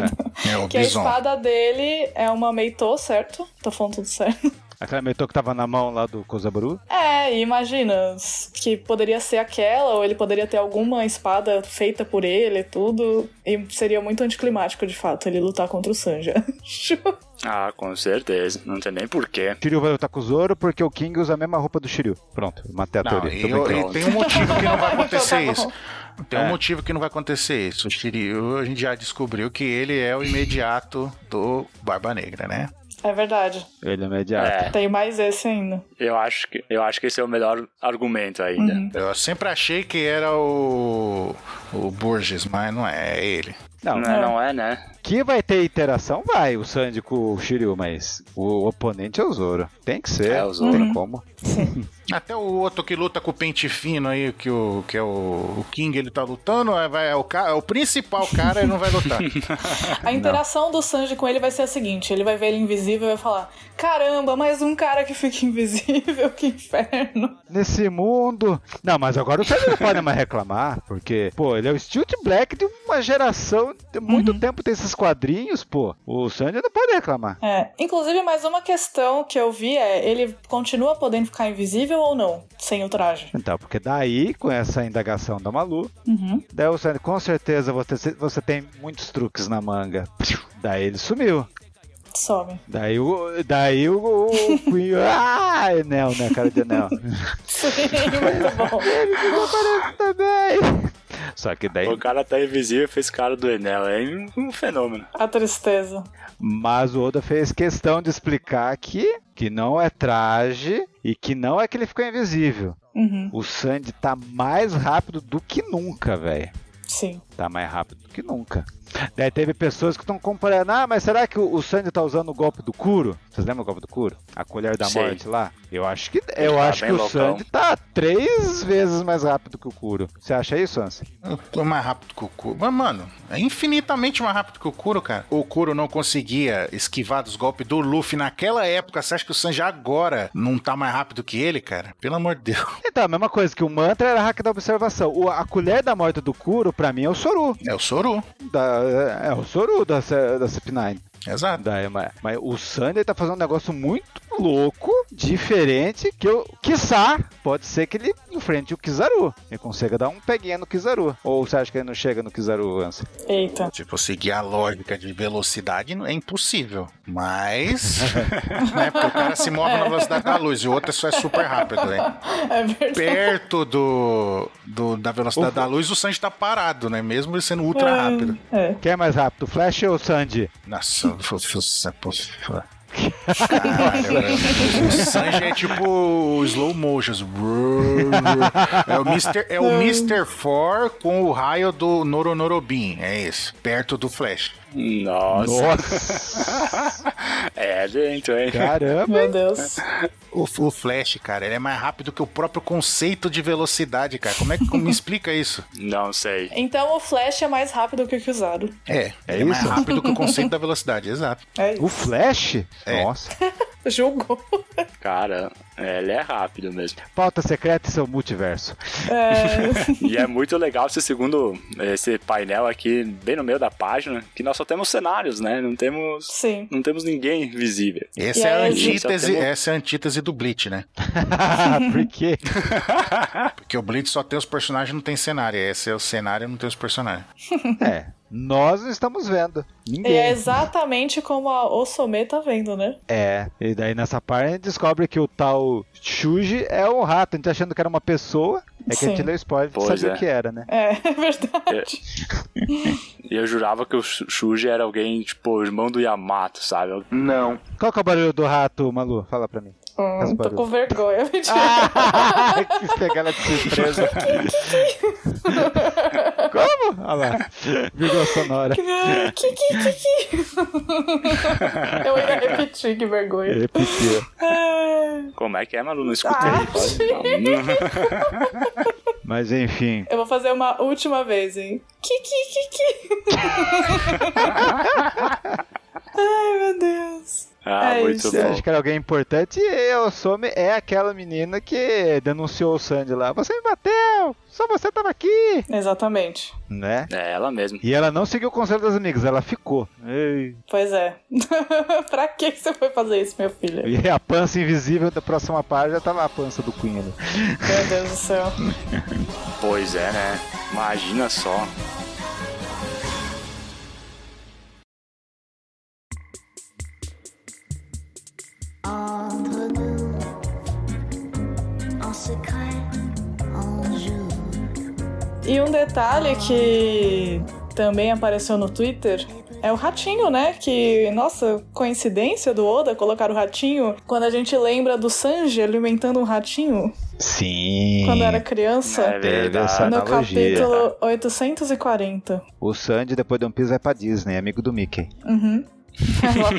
S4: É o
S3: Que a
S4: Bison.
S3: espada dele é uma Meitô, certo? Tô falando tudo certo.
S2: Aquela metô que tava na mão lá do Kozaburu?
S3: É, e imagina, s- que poderia ser aquela, ou ele poderia ter alguma espada feita por ele e tudo. E seria muito anticlimático, de fato, ele lutar contra o Sanja.
S1: Ah, com certeza. Não tem nem porquê.
S2: Shiryu vai lutar com o Zoro porque o King usa a mesma roupa do Shiryu. Pronto, matei a
S4: Não,
S2: teoria. Tô
S4: e,
S2: brincando. É.
S4: e tem um motivo que não vai acontecer
S3: Então tá
S4: isso.
S3: bom.
S4: Tem um motivo que não vai acontecer isso. O Shiryu, a gente já descobriu que ele é o imediato do Barba Negra, né?
S3: É verdade.
S2: Ele é imediato.
S1: É,
S3: Tem mais esse ainda.
S1: eu acho, que, eu acho que esse é o melhor argumento ainda.
S4: Eu sempre achei que era o, o Burgess, mas não é, é ele.
S2: Não,
S1: Não, é, não é, né?
S2: que vai ter interação, vai o Sandy com o Shiryu, mas o oponente é o Zoro. Tem que ser.
S1: É, o Zoro.
S2: Tem como.
S4: Até o outro que luta com o pente fino aí, que, o, que é o, o King, ele tá lutando, é, vai, é o, ca- é o principal cara, ele não vai lutar.
S3: A interação do Sanji com ele vai ser a seguinte: ele vai ver ele invisível e vai falar: Caramba, mais um cara que fica invisível, que inferno.
S2: Nesse mundo. Não, mas agora o Sandy não pode mais reclamar, porque, pô, ele é o Stuart Black de uma geração. De muito tempo tem esses quadrinhos, pô. O Sandy não pode reclamar.
S3: É. Inclusive, mais uma questão que eu vi é: ele continua podendo ficar invisível ou não, sem o traje?
S2: Então, porque daí, com essa indagação da Malu,
S3: Uhum.
S2: daí o Sandy, com certeza você, você tem muitos truques na manga. Daí ele sumiu.
S3: Sobe.
S2: Daí o. Daí o. o Queen. ah, Enel, né? Cara de Enel.
S3: Sim, muito bom.
S2: Ficou parecido também. Só que daí.
S1: O cara tá invisível e fez cara do Enel. É um- um fenômeno.
S3: A tristeza.
S2: Mas o Oda fez questão de explicar que, que não é traje e que não é que ele ficou invisível.
S3: Uhum.
S2: O Sandy tá mais rápido do que nunca, velho.
S3: Sim.
S2: Tá mais rápido do que nunca. Daí teve pessoas que estão comparando. Ah, mas será que o, o Sandy tá usando o golpe do Kuro? Vocês lembram o golpe do Kuro? A colher da
S1: Sei.
S2: morte lá? Eu acho que eu
S1: tá
S2: acho
S1: bem
S2: que o
S1: loucão.
S2: Sandy tá três vezes mais rápido que o Kuro. Você acha isso, Ansi?
S4: Foi mais rápido que o Kuro. Mas, mano, é infinitamente mais rápido que o Kuro, cara. O Kuro não conseguia esquivar dos golpes do Luffy naquela época. Você acha que o Sanji agora não tá mais rápido que ele, cara? Pelo amor de Deus.
S2: Então, a mesma coisa que o mantra era hack da observação. O- a colher da morte do Kuro, pra mim, é o Soru.
S4: É o Soru.
S2: Da- é o Soru da, C- da CP9.
S4: Exato.
S2: Daí, mas, mas o Sandy tá fazendo um negócio muito louco, diferente, que eu, quiçá, pode ser que ele enfrente o Kizaru e consiga dar um peguinha no Kizaru. Ou você acha que ele não chega no Kizaru, Ansi?
S3: Eita.
S4: Tipo, seguir a lógica de velocidade é impossível. Mas. né, porque o cara se move na velocidade da luz e o outro só é super rápido, né?
S3: É verdade.
S4: Perto do, do- da velocidade da luz, o Sanji tá parado, né? Mesmo ele sendo ultra rápido.
S3: É.
S2: Quem é mais rápido, o Flash ou o Sandy?
S4: Nossa, você Caralho, velho. o Sanji é tipo o slow motions. É o Mr. É o Mr. Four com o raio do Noronorobin. É isso. Perto do Flash.
S1: Nossa,
S2: Nossa!
S1: é dentro, hein?
S2: Caramba!
S3: Meu Deus.
S4: O, o Flash, cara, ele é mais rápido que o próprio conceito de velocidade, cara. Como é que como me explica isso?
S1: Não sei.
S3: Então o Flash é mais rápido que o Kizaru.
S4: É,
S2: É
S4: ele é mais
S2: isso?
S4: rápido que o conceito da velocidade, exato.
S3: É
S2: O
S3: isso.
S2: Flash?
S4: É.
S2: Nossa!
S3: Julgou.
S1: Cara, ele é rápido mesmo.
S2: Pauta secreta e seu multiverso.
S3: É,
S1: E é muito legal esse segundo, esse painel aqui, bem no meio da página, que nós só temos cenários, né? Não temos,
S3: sim.
S1: não temos ninguém visível.
S4: Essa
S3: E
S4: é a
S3: aí,
S4: antítese,
S1: gente?
S3: um-
S4: essa é a antítese do Blitz, né?
S2: Por quê?
S4: Porque o Blitz só tem os personagens, não tem cenário. Esse é o cenário, não tem os personagens.
S2: É, nós não estamos vendo.
S3: E é
S2: Ninguém.
S3: exatamente como a Osome tá vendo, né?
S2: É, e daí nessa parte a gente descobre que o tal Shuji é um rato. A gente achando que era uma pessoa, é que a gente
S3: Sim.
S2: leu spoiler e
S1: Pois
S2: sabia
S1: é.
S2: o que era, né?
S3: É, é verdade.
S1: E eu jurava que o Shu- Shuji era alguém, tipo, irmão do Yamato, sabe?
S2: Qual que é o barulho do rato, Malu? Fala pra mim.
S3: Hum, tô
S2: barulho.
S3: com vergonha, mentira.
S2: Ah, quis pegar ela de surpresa. Como? Olha lá. Virou sonora.
S3: Que, que, que, que. Eu ainda repeti, que vergonha.
S2: Repetiu.
S3: Ah,
S1: Como é que é, Malu? Não escutei.
S3: Ah,
S1: Pode-
S2: Mas enfim.
S3: Eu vou fazer uma última vez, hein? Que, que, que, que. Ai, meu Deus.
S1: Ah,
S3: É
S1: muito
S3: isso.
S2: Você
S1: bom.
S2: acha que era alguém importante? E a Osome é aquela menina que denunciou o Sandy lá. Você me bateu! Só você tava aqui!
S3: Exatamente.
S2: Né?
S1: É ela mesmo.
S2: E ela não seguiu o conselho das amigas, ela ficou. Ei.
S3: Pois é. pra que você foi fazer isso, meu filho?
S2: E a pança invisível da próxima página já tava a pança do Queen ali.
S3: Meu Deus do céu.
S1: Pois é, né? Imagina só.
S3: E um detalhe que também apareceu no Twitter é o ratinho, né? Que, nossa, coincidência do Oda colocar o ratinho. Quando a gente lembra do Sanji alimentando um ratinho
S2: Sim.
S3: quando era criança.
S1: É tá.
S2: Teve essa
S1: verdade.
S3: No
S2: analogia.
S3: capítulo 840.
S2: O Sandy, depois de um piso, vai pra Disney, amigo do Mickey.
S3: Uhum.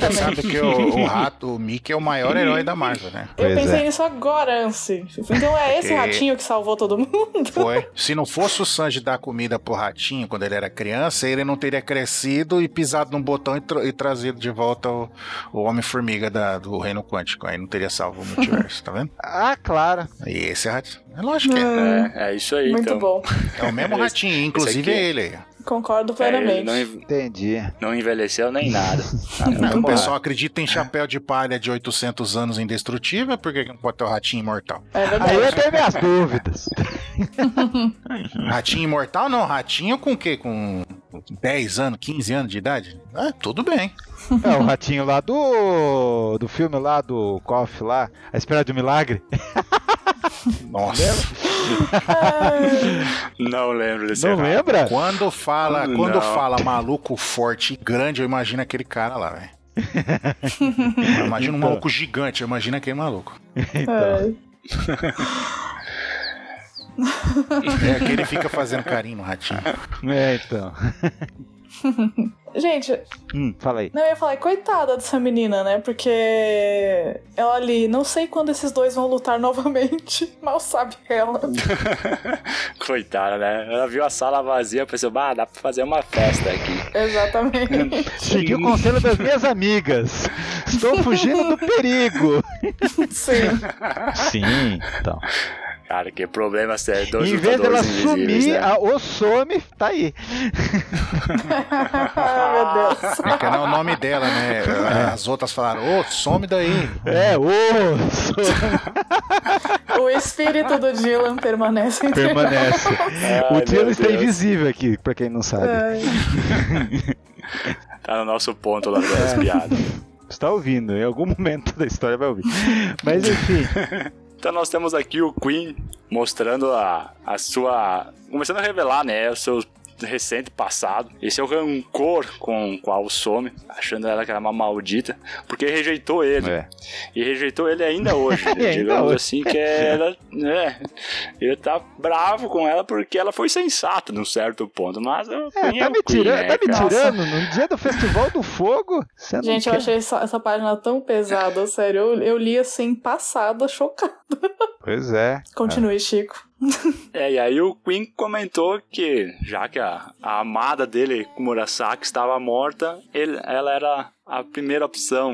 S4: Você sabe que o, o rato, o Mickey é o maior herói da Marvel, né?
S3: Eu
S2: Pois
S3: pensei
S2: é.
S3: nisso agora, Ansi. Então é esse
S4: E-
S3: ratinho que salvou todo mundo?
S4: Foi. Se não fosse o Sanji dar comida pro ratinho quando ele era criança, ele não teria crescido e pisado num botão e, tra- e trazido de volta o, o Homem-Formiga da- do Reino Quântico. Aí não teria salvo o multiverso, tá vendo?
S2: Ah, claro.
S4: E esse é ratinho. É lógico que é.
S1: É, é isso aí,
S3: Muito
S1: então.
S3: bom.
S4: É o mesmo
S1: Esse-
S4: ratinho,
S1: aqui
S4: inclusive
S1: é-
S4: é ele.
S3: Concordo
S1: É, ele
S3: plenamente.
S1: não, env-
S2: Entendi.
S1: não envelheceu nem nada. Ah,
S4: Não,
S1: muito
S4: o
S1: bom.
S4: pessoal acredita em chapéu de palha de 800 anos indestrutível, por que que não pode ter o ratinho imortal?
S3: É verdade.
S2: Aí eu tenho minhas dúvidas.
S4: Ratinho imortal não, ratinho com o quê? Com 10 anos, 15 anos de idade? Ah, tudo bem.
S2: É o ratinho lá do. do filme lá, do Coff lá, A Espera de um Milagre.
S4: Nossa.
S1: Não lembro desse
S2: Não
S1: rato.
S2: lembra?
S4: Quando fala,
S1: Não.
S4: quando fala maluco forte e grande, eu imagino aquele cara lá, velho. Eu imagino um maluco gigante, eu imagino aquele maluco.
S3: É.
S4: É que ele fica fazendo carinho no ratinho.
S2: É, então.
S3: É. Gente,
S2: Hum, fala aí.
S3: não eu ia falar, coitada dessa menina, né? Porque ela ali, não sei quando esses dois vão lutar novamente. Mal sabe ela.
S1: Coitada, né? Ela viu a sala vazia e pensou, bah, dá pra fazer uma festa aqui.
S3: Exatamente.
S2: Segui o conselho das minhas amigas. Estou fugindo do perigo.
S3: Sim.
S2: Sim, então.
S1: Cara, que problema sério. Dois
S2: em vez dela
S1: lutadores invisíveis,
S2: sumir,
S1: né?
S2: a, o some, tá aí.
S3: Ah, meu Deus.
S4: É que não é o nome dela, né? As outras falaram, ô, some daí.
S2: É, o some
S3: O espírito do Dylan permanece em
S2: permanece.
S1: Ai,
S2: o Tilo
S1: meu
S2: está
S1: Deus.
S2: invisível aqui, pra quem não sabe.
S3: É.
S1: Tá no nosso ponto lá
S2: É.
S1: das piadas.
S2: Está ouvindo, em algum momento da história vai ouvir. Mas enfim,
S1: Então nós temos aqui o Queen mostrando a, a sua. começando a revelar, né? O seu recente passado. E seu rancor com o qual some, achando ela que era uma maldita, porque rejeitou ele.
S2: É.
S1: E rejeitou ele ainda hoje. né?
S2: E ainda
S1: digamos
S2: hoje.
S1: assim, que ela. né, ele tá bravo com ela porque ela foi sensata num certo ponto. Mas o
S2: é,
S1: Queen é
S2: tá
S1: o
S2: me
S1: Queen,
S2: tirando,
S1: né,
S2: tá me
S1: cara?
S2: tirando no dia do Festival do Fogo. Você não
S3: Gente, eu
S2: quer-
S3: achei essa, essa página tão pesada, sério. Eu, eu li assim, passada, chocada.
S2: Pois é.
S3: Continue, Chico.
S1: É, e aí o Queen comentou que, já que a, a amada dele, Kumurasaki, estava morta, ele- ela era a primeira opção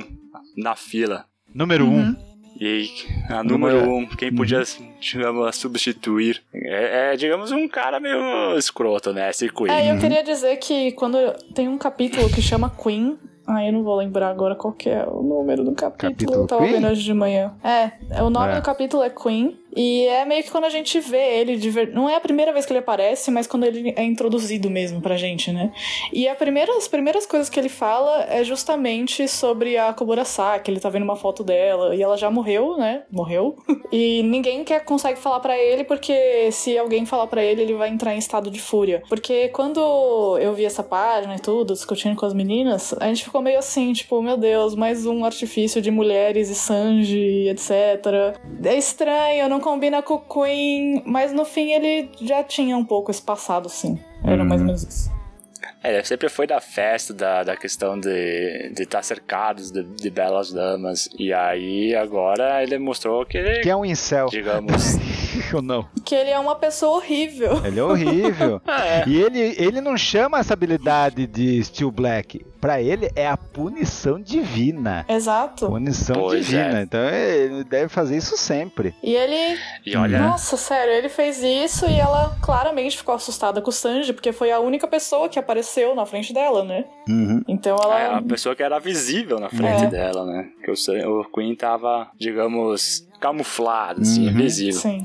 S1: na fila.
S2: Número
S1: Uhum.
S2: um.
S1: E a número
S2: Número-
S1: um, quem podia,
S2: Uhum.
S1: digamos, a substituir. É, é, digamos, um cara meio escroto, né? Esse Queen.
S3: É,
S2: Uhum.
S3: eu queria dizer que quando tem um capítulo que chama Queen. Ai, eu não vou lembrar agora qual que é o número do capítulo.
S2: Capítulo
S3: eu tava
S2: Queen?
S3: vendo hoje de manhã. É, é, o nome
S2: É.
S3: do capítulo é Queen. E é meio que quando a gente vê ele de ver... Não é a primeira vez que ele aparece, mas quando ele é introduzido mesmo pra gente, né? E a primeira, as primeiras coisas que ele fala é justamente sobre a Koburasaki. Ele tá vendo uma foto dela e ela já morreu, né? Morreu. E ninguém quer, consegue falar pra ele porque se alguém falar pra ele, ele vai entrar em estado de fúria. Porque quando eu vi essa página e tudo, discutindo com as meninas, a gente ficou meio assim, tipo, meu Deus, mais um artifício de mulheres e Sanji, e etc. É estranho, não combina com o Queen, mas no fim ele já tinha um pouco esse passado, assim. Era mais ou menos isso.
S1: É, ele sempre foi da festa, da, da questão de estar de tá cercado de, de belas damas. E aí, agora, ele mostrou que ele,
S2: Que é um incel.
S1: digamos...
S2: Ou não?
S3: Que ele é uma pessoa horrível.
S2: Ele é horrível. E ele, ele não chama essa habilidade de Steel Black. Pra ele é a punição divina.
S3: Exato.
S2: Punição
S1: Pois
S2: divina.
S1: é.
S2: Então ele deve fazer isso sempre.
S3: E ele.
S1: E
S2: É.
S1: olha,
S3: Nossa, sério, ele fez isso e ela claramente ficou assustada com o Sanji, porque foi a única pessoa que apareceu na frente dela, né?
S2: Uhum.
S3: Então ela.
S1: É, uma pessoa que era visível na frente
S3: É.
S1: dela, né? Que o, Sam- o Queen tava, digamos, camuflado, assim, invisível.
S3: Sim.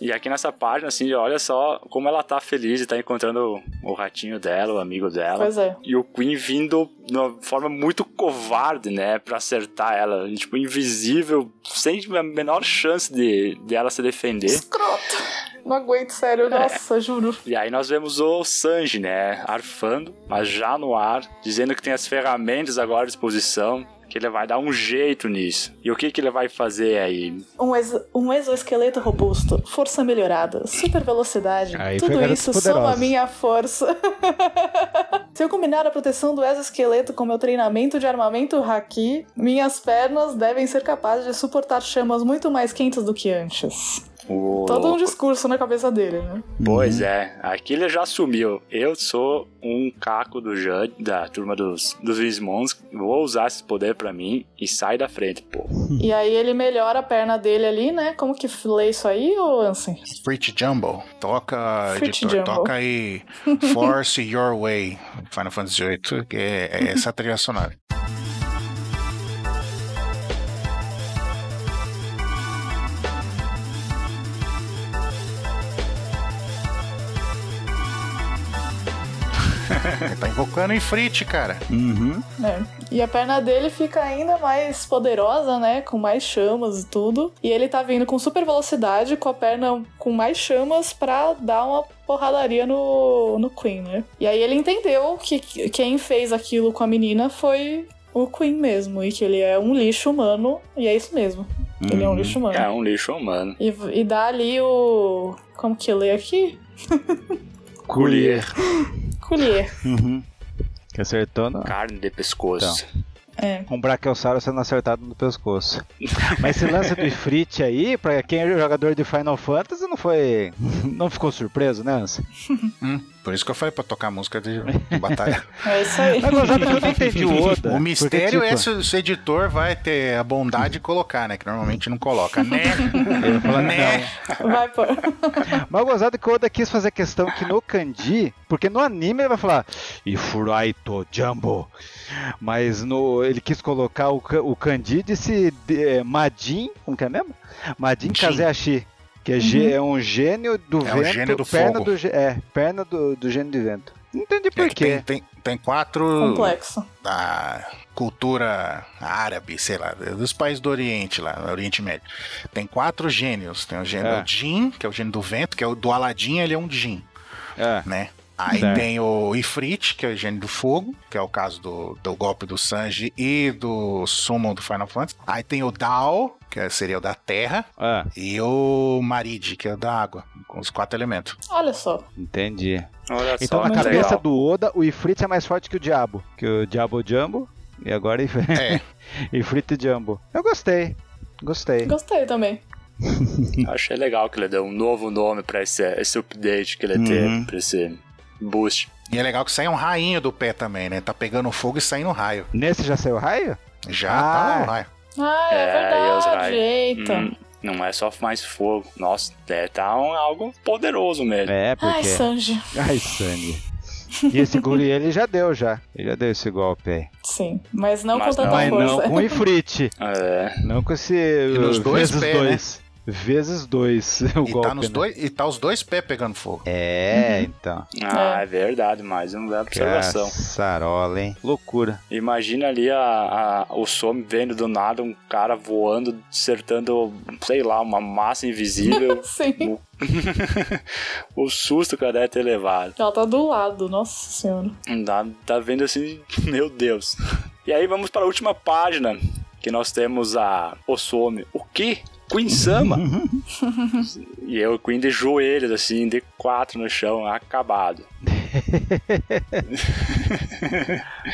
S1: E aqui nessa página, assim, olha só como ela tá feliz e tá encontrando o, o ratinho dela, o amigo dela.
S3: Pois é.
S1: E o Queen vindo de uma forma muito covarde, né? Pra acertar ela. Tipo, invisível, sem a menor chance de, de ela se defender.
S3: Escroto. não aguento, sério. Nossa, juro.
S1: E aí nós vemos o Sanji, né, arfando, mas já no ar, dizendo que tem as ferramentas agora à disposição, que ele vai dar um jeito nisso. E o que que ele vai fazer aí?
S3: Um, exo- um exoesqueleto robusto, força melhorada, super velocidade.
S2: Aí foi
S3: tudo
S2: garotos
S3: isso soma
S2: poderosos.
S3: a minha força. Se eu combinar a proteção do exoesqueleto com meu treinamento de armamento haki, minhas pernas devem ser capazes de suportar chamas muito mais quentes do que antes.
S1: O...
S3: Todo um discurso na cabeça dele, né?
S1: Pois é, aqui ele já sumiu. Eu sou um caco do Jud, da turma dos, dos Vismons. Vou usar esse poder pra mim e sai da frente, pô.
S3: E aí ele melhora a perna dele ali, né? Como que lê isso aí, ô Ansem?
S4: Fruit Jumble. Toca,
S3: Fruit
S4: editor,
S3: Jumble.
S4: toca aí. Force Your Way. Final Fantasy VIII, que é, é essa trilha sonora. tá invocando em Frit, cara.
S5: Uhum.
S3: É. E a perna dele fica ainda mais poderosa, né? Com mais chamas e tudo. E ele tá vindo com super velocidade, com a perna com mais chamas, pra dar uma porradaria no, no Queen, né? E aí ele entendeu que quem fez aquilo com a menina foi o Queen mesmo. E que ele é um lixo humano. E é isso mesmo. Ele é um lixo humano.
S1: É um lixo humano.
S3: E, e dá ali o. Como que lê aqui?
S1: Colher
S3: Colher.
S2: Uhum. Que acertou não.
S1: carne de pescoço.
S3: É.
S2: Um braquiossauro sendo acertado no pescoço. Mas esse lance do Ifrit aí, pra quem é jogador de Final Fantasy, não foi. Não ficou surpreso, né, Anson?
S4: Hum, por isso que eu falei pra tocar música de batalha.
S3: É isso aí.
S2: Mas gozado que eu não entendi o Oda.
S4: O mistério
S2: porque,
S4: é
S2: tipo,
S4: se o se o editor vai ter a bondade de colocar, né? Que normalmente não coloca, né?
S2: eu ia falar,
S4: né?
S2: não.
S3: Vai pôr.
S1: Uh.
S2: Mas gozado que o Oda quis fazer questão que no kanji, porque no anime ele vai falar Ifuraito Jumbo, mas no ele quis colocar o, ka- o kanji e disse de- é, Majin, como que é mesmo? Majin
S4: Jin. Uhum.
S2: Kazeashi. Que é, gê- é um gênio do
S4: É
S2: vento,
S4: o gênio do
S2: perna
S4: fogo.
S2: do gê- é, perna do, do gênio de vento. Não entendi
S4: É
S2: por
S4: que
S2: quê.
S4: tem, tem, tem quatro
S3: Complexo.
S4: da cultura árabe, sei lá, dos países do Oriente lá, no Oriente Médio. Tem quatro gênios. Tem o gênio
S2: É.
S4: o Jin, que é o gênio do vento, que é o do Aladim, ele é um Jin,
S2: É.
S4: né? Aí
S2: Certo.
S4: tem o Ifrit, que é o gênio do fogo, que é o caso do, do golpe do Sanji e do Summon do Final Fantasy. Aí tem o Dao, que é, seria o da terra,
S2: Ah,
S4: e o Marid, que é o da água, com os quatro elementos.
S3: Olha só.
S2: entendi.
S4: É
S1: Olha
S2: Então
S1: só,
S2: na
S1: que
S2: cabeça
S1: legal.
S2: do Oda, o Ifrit é mais forte que o Diabo. Que o Diabo é o Jumbo. E agora o Ifrit-
S4: É.
S2: Ifrit é o Jumbo. Eu gostei. Gostei.
S3: Gostei também.
S1: Achei legal que ele deu um novo nome pra esse, esse update que ele teve, pra esse boost.
S4: E é legal que sai um rainho do pé também, né? Tá pegando fogo e saindo raio.
S2: Nesse já saiu o raio?
S4: Já
S2: Ah.
S4: tá lá o raio.
S3: Ah, é,
S1: É, e os
S3: verdade.
S1: raios.
S3: Eita.
S1: Hum, não é só mais fogo. Nossa, é, tá um, algo poderoso mesmo.
S2: É,
S3: Ai,
S2: porque.
S3: Sanji.
S2: Ai, sangue. E esse guri ele já deu já. Ele já deu esse golpe aí.
S3: Sim. Mas não
S1: Mas
S3: com tanta
S2: Mas não
S3: força.
S2: com o Ifrit.
S1: É.
S2: Não com esse. uh,
S4: nos dois
S2: vezes
S4: pés, né?
S2: dois. Vezes dois. O
S4: E
S2: golpe.
S4: tá, nos
S2: né?
S4: dois, e tá os dois pés pegando fogo.
S2: É,
S3: Uhum.
S2: então.
S1: Ah, é. verdade, mais uma bela observação.
S2: Caçarola, hein? Loucura.
S1: Imagina ali a, a- o Some vendo do nada um cara voando, acertando, sei lá, uma massa invisível.
S3: Sim.
S1: o susto que ela deve ter levado.
S3: Ela tá do lado, nossa senhora.
S1: Tá, tá vendo assim, meu Deus. E aí vamos para a última página, que nós temos a Osome. O que? Queen Sama? e eu, Queen de joelhos, assim, de quatro no chão, acabado.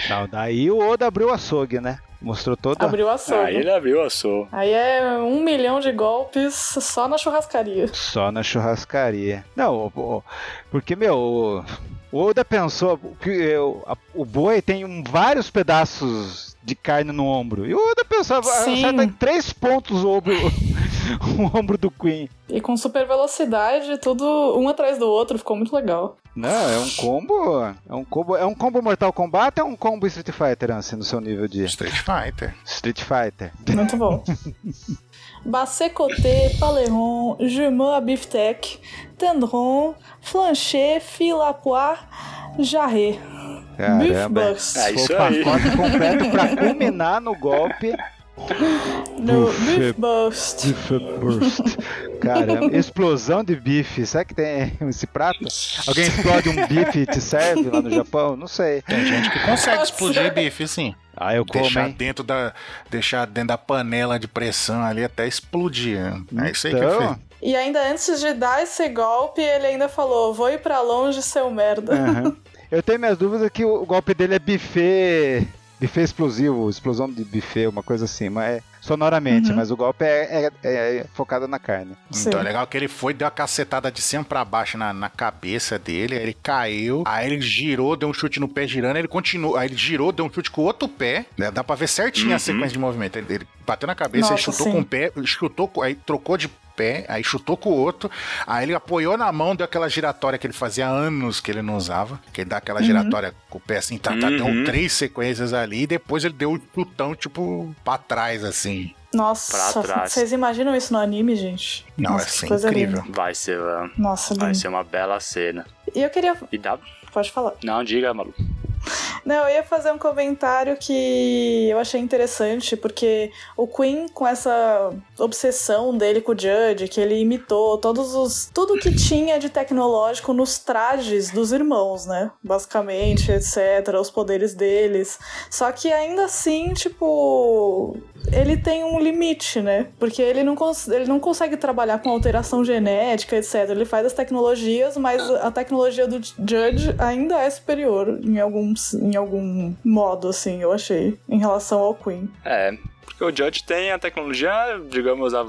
S2: Não, daí o Oda abriu o açougue, né? Mostrou toda.
S3: Abriu a
S1: Aí
S3: açougue.
S1: ele abriu a sua.
S3: Aí é um milhão de golpes só na churrascaria.
S2: Só na churrascaria. Não, o- o- porque, meu, o- o Oda pensou que eu- a- o boi tem um- vários pedaços de carne no ombro. E o Oda pensava, "Ah,
S3: Sim.
S2: acerta em três pontos o ombro, o ombro do Queen.
S3: E com super velocidade, tudo um atrás do outro, ficou muito legal.
S2: Não, é um combo. É um combo. É um combo Mortal Kombat ou é um combo Street Fighter, assim, no seu nível de
S4: Street Fighter.
S2: Street Fighter?
S3: Muito bom. Bacecoté, Paléron, Jumeau à Biftec, Tendron, Flancher, Filapois, Jarret. Beef
S2: Caramba.
S3: Bucks.
S1: É
S2: Foi
S1: isso
S2: o
S1: aí.
S2: pacote completo pra culminar no golpe
S3: No
S2: Buffet.
S3: Mythbust.
S2: Bife burst. Caramba, explosão de bife. Será que tem esse prato? Alguém explode um bife e te serve lá no Japão? Não sei.
S4: Tem gente que consegue
S3: Nossa.
S4: explodir bife, sim.
S2: Ah, eu como,
S4: Deixar
S2: hein?
S4: dentro, da, deixar dentro da panela de pressão ali até explodir. né? É isso aí que eu
S2: Então,
S4: fiz.
S3: E ainda antes de dar esse golpe, ele ainda falou: vou ir pra longe, seu merda.
S2: Aham. Eu tenho minhas dúvidas que o golpe dele é buffet. Buffet explosivo, explosão de buffet, uma coisa assim, mas é sonoramente, mas o golpe é, é- é focado na carne.
S3: Sim.
S4: Então, é legal que ele foi, deu uma cacetada de cima pra baixo na, na cabeça dele, aí ele caiu, aí ele girou, deu um chute no pé girando, aí ele continuou, aí ele girou, deu um chute com o outro pé, né? Dá pra ver certinho a sequência de movimento. Ele, ele bateu na cabeça,
S3: Uhum.
S4: ele
S3: Nossa,
S4: chutou
S3: sim.
S4: com o pé, chutou, com- aí trocou de pé, aí chutou com o outro, aí ele apoiou na mão, deu aquela giratória que ele fazia há anos que ele não usava, que ele dá
S3: Uhum.
S4: aquela giratória com o pé assim, tá, tá,
S1: Uhum.
S4: deu três sequências ali, e depois ele deu um chutão, tipo, pra trás, assim.
S3: Nossa,
S1: Pra trás.
S3: vocês imaginam isso no anime, gente?
S4: Não,
S3: Nossa,
S4: é assim,
S3: que coisa
S4: incrível.
S1: Vai ser, uh,
S3: linda. Nossa,
S1: vai
S3: lindo.
S1: ser uma bela cena.
S3: E eu queria.
S1: E dá.
S3: Pode falar.
S1: Não, diga, Malu.
S3: Não, eu ia fazer um comentário que eu achei interessante, porque o Queen, com essa obsessão dele com o Judge, que ele imitou todos os. tudo que tinha de tecnológico nos trajes dos irmãos, né? Basicamente, etc., os poderes deles. Só que ainda assim, tipo. Ele tem um limite, né? Porque ele não, cons- ele não consegue trabalhar com alteração genética, etc. Ele faz as tecnologias, mas a tecnologia do Judge ainda é superior em algum, em algum modo, assim, eu achei, em relação ao Queen.
S1: É, porque o Judge tem a tecnologia, digamos, a-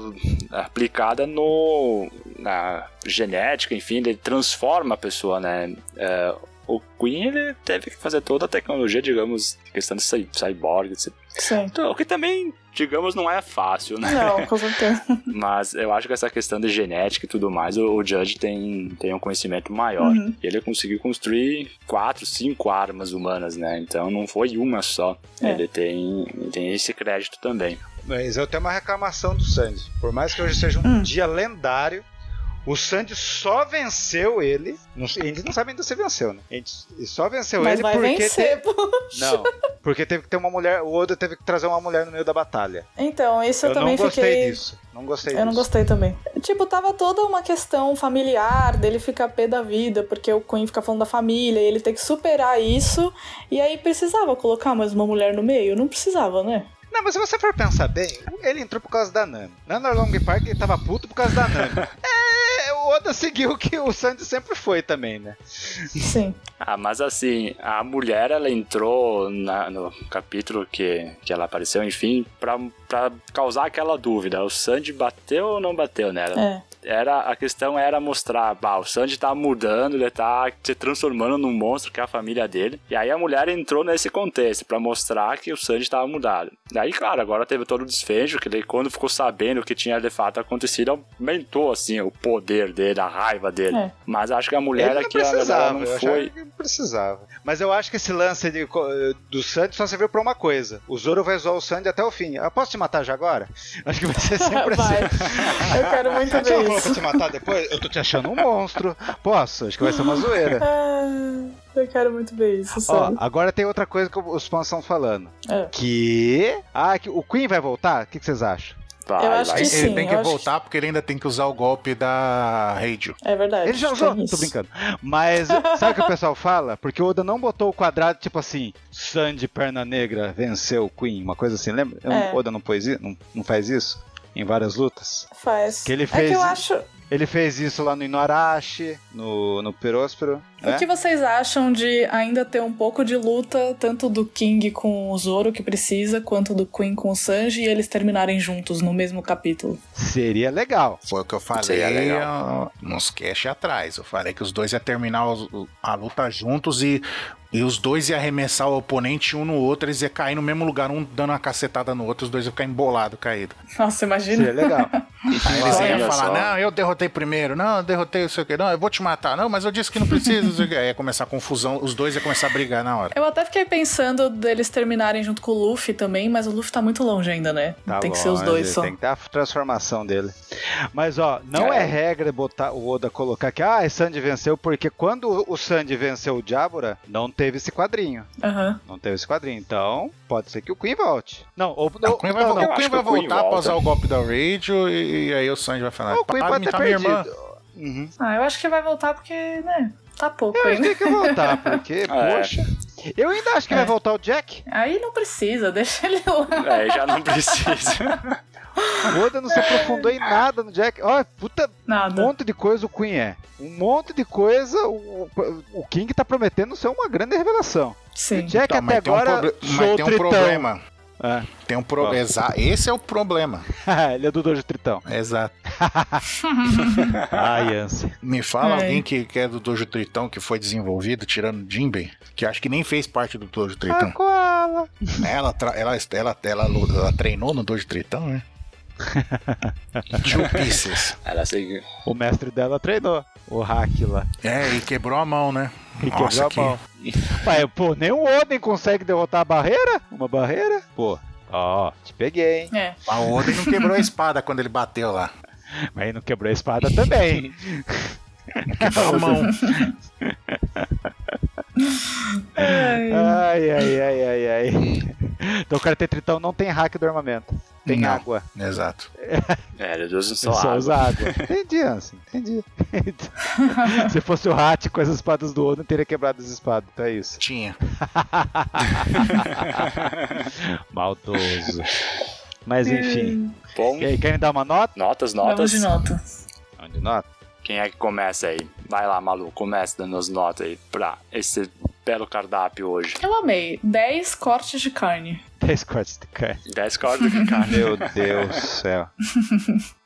S1: aplicada no na genética, enfim, ele transforma a pessoa, né? É, o Queen ele teve que fazer toda a tecnologia, digamos, questão de cy- cyborg, etc.
S3: Sim.
S1: Então, o que também, digamos, não é fácil, né?
S3: Não, com certeza.
S1: Mas eu acho que essa questão de genética e tudo mais, o, o Judge tem, tem um conhecimento maior.
S3: Uhum.
S1: E ele conseguiu construir quatro, cinco armas humanas, né? Então não foi uma só.
S3: É.
S1: Ele tem, ele tem esse crédito também.
S6: Mas eu tenho uma reclamação do Sandy. Por mais que hoje seja um
S3: Hum.
S6: dia lendário, o Sandy só venceu ele. Não, sei- a gente não sabe ainda se venceu, né? A gente só venceu
S3: Mas
S6: ele
S3: vai
S6: porque. te-
S3: vencer, pô.
S6: Não, porque teve que ter uma mulher. O Oda teve que trazer uma mulher no meio da batalha.
S3: Então, isso eu,
S6: Eu, não
S3: também
S6: gostei
S3: fiquei.
S6: disso. Não gostei
S3: Eu não
S6: disso.
S3: gostei também. Tipo, tava toda uma questão familiar dele ficar pé da vida, porque o Queen fica falando da família, e ele tem que superar isso. E aí precisava colocar mais uma mulher no meio? Não precisava, né?
S6: Não, mas se você for pensar bem, ele entrou por causa da Nami. Na Long Park ele tava puto por causa da Nami. é, o Oda seguiu o que o Sandy sempre foi também, né?
S3: Sim.
S1: Ah, mas assim, a mulher ela entrou na- no capítulo que, que ela apareceu, enfim, pra, pra causar aquela dúvida. O Sandy bateu ou não bateu nela?
S3: É.
S1: Era, a questão era mostrar, bah, o Sandy tá mudando, ele tá se transformando num monstro que é a família dele. E aí a mulher entrou nesse contexto pra mostrar que o Sandy tava mudado. Daí, claro, agora teve todo o desfecho, que daí quando ficou sabendo o que tinha de fato acontecido, aumentou assim o poder dele, a raiva dele.
S3: É.
S1: Mas acho que a mulher
S6: Ele não
S1: aqui ela, ela
S6: precisava,
S1: não
S6: eu achava
S1: foi.
S6: que né? não precisava. Mas eu acho que esse lance de co- eh, do Sandy só serviu pra uma coisa. O Zoro vai zoar o Sandy até o fim. Eu posso te matar já agora? Acho que vai ser sempre
S3: Vai.
S6: assim.
S3: Eu quero muito
S6: Você não
S3: ver
S6: falou pra
S3: isso.
S6: te matar depois? Eu tô te achando um monstro. Posso? Acho que vai ser uma zoeira.
S3: Ah, eu quero muito ver isso,
S2: Ó,
S3: sério.
S6: Agora tem outra coisa que os fãs estão falando.
S3: É.
S6: Que. Ah, que o Queen vai voltar? O que que vocês acham?
S1: Vai,
S3: Eu acho
S1: vai.
S3: que
S4: Ele
S3: sim,
S4: tem
S3: eu
S4: que
S3: acho
S4: voltar porque ele ainda tem que usar o golpe da Reidio.
S3: É verdade.
S6: Ele já
S3: tem
S6: usou?
S3: isso.
S6: Tô brincando. Mas sabe o que o pessoal fala? Porque o Oda não botou o quadrado tipo assim, Sandy Perna Negra venceu o Queen, uma coisa assim, lembra? Eu-
S3: É.
S6: Oda não, pôs i- não- não faz isso em várias lutas.
S3: Faz.
S6: Que ele
S3: É
S6: fez-
S3: que eu acho.
S6: Ele fez isso lá no Inuarashi, no, no Peróspero,
S3: O
S6: né?
S2: É?
S3: que vocês acham de ainda ter um pouco de luta, tanto do King com o Zoro que precisa, quanto do Queen com o Sanji, e eles terminarem juntos no mesmo capítulo?
S6: Seria legal.
S4: Foi o que eu
S1: Seria
S4: falei
S1: legal.
S4: ó, nos cash atrás. Eu falei que os dois iam terminar os- o- a luta juntos e, e os dois iam arremessar o oponente um no outro. Eles iam cair no mesmo lugar, um dando uma cacetada no outro, os dois iam ficar embolado, caído.
S2: é
S3: Nossa, imagina.
S6: Seria legal.
S4: Aí eles
S1: Olha
S4: iam falar,
S1: só.
S4: não, eu derrotei primeiro, não, eu derrotei, não sei o que, não, eu vou te matar, não, mas eu disse que não precisa, não sei o quê. Aí ia começar a confusão, os dois iam começar a brigar na hora.
S3: Eu até fiquei pensando deles terminarem junto com o Luffy também, mas o Luffy tá muito longe ainda, né?
S2: Tá
S3: tem que ser os
S2: longe,
S3: dois só.
S2: Tem que ter a transformação dele. Mas ó, não é, regra botar o Oda colocar que
S6: é
S2: ah, Sandy venceu, porque quando o Sandy venceu o Diabora, não teve esse quadrinho.
S3: Aham.
S2: Não teve esse quadrinho. Então, pode ser que o Queen volte. Não, ou
S4: Não,
S2: ou-
S4: o Ah, Queen vai,
S2: não,
S4: vo-
S2: não.
S4: o Queen
S1: acho que
S4: vai
S1: o Queen
S4: voltar
S1: volta.
S4: após o golpe da Radio e, e aí o Sanji vai falar,
S2: O Queen
S4: para
S2: pode ter
S4: de imitar Tá minha irmã.
S2: perdido. Uhum.
S3: Ah, eu acho que vai voltar porque, né? Tá pouco ainda.
S2: Tem que
S4: é.
S2: voltar, porque, poxa. Eu ainda acho que vai voltar o Jack.
S3: Aí não precisa, deixa ele lá.
S1: É, já não precisa.
S2: O Oda não se aprofundou em nada no Jack. Ó, puta Um
S3: Nada.
S2: monte de coisa o Queen é. Um monte de coisa o, o King tá prometendo ser uma grande revelação.
S3: Sim.
S2: Jack
S4: Tá,
S2: até
S4: mas tem um,
S2: agora
S4: proble- mas
S2: sou
S4: tem um
S2: tritão.
S4: problema.
S2: Ah.
S4: Tem um problema. Esse é o problema.
S2: Ele é do Dojo Tritão.
S4: Exato.
S2: Ai, Yancy.
S4: Me fala
S3: É.
S4: alguém que, que é do Dojo Tritão que foi desenvolvido, tirando Jinbei, que acho que nem fez parte do Dojo
S2: Tá A
S4: Tritão. Né?
S2: koala.
S4: Ela, tra- ela, ela, ela, ela treinou no Dojo Tritão, né? Two Pieces.
S1: Ela seguiu.
S2: O mestre dela treinou. O hack lá.
S4: É, e quebrou a mão, né?
S2: E
S4: Nossa, que-
S2: quebrou a mão. Ué, pô, nem o Oden consegue derrotar a barreira? Uma barreira? Pô. Ó, te peguei, hein?
S3: É.
S4: A Oden não quebrou a espada quando ele bateu lá.
S2: Mas aí não quebrou a espada também. hein?
S4: Quebrou a mão.
S2: Ah, ai, ai, ai, ai, ai. Então o Karate Tritão não tem hack do armamento. Tem
S4: Não.
S2: água.
S4: Exato.
S1: É, eles usam
S2: Só,
S1: só água.
S2: usa água. Entendi, Ansem. Entendi. Se fosse o Hat com as espadas do Oden, teria quebrado as espadas. Então é isso.
S4: Tinha.
S2: Maldoso. Mas enfim.
S1: Bom,
S2: E aí, querem dar uma nota?
S1: notas,
S3: Vamos
S1: notas.
S3: de
S2: tá
S3: nota.
S2: Onde nota?
S1: Quem é que começa aí? Vai lá, Malu, começa dando as notas aí pra esse belo cardápio hoje.
S3: Eu amei. 10 cortes de carne.
S2: 10 cortes de carne.
S1: 10 cordas de carne.
S2: Meu Deus do céu.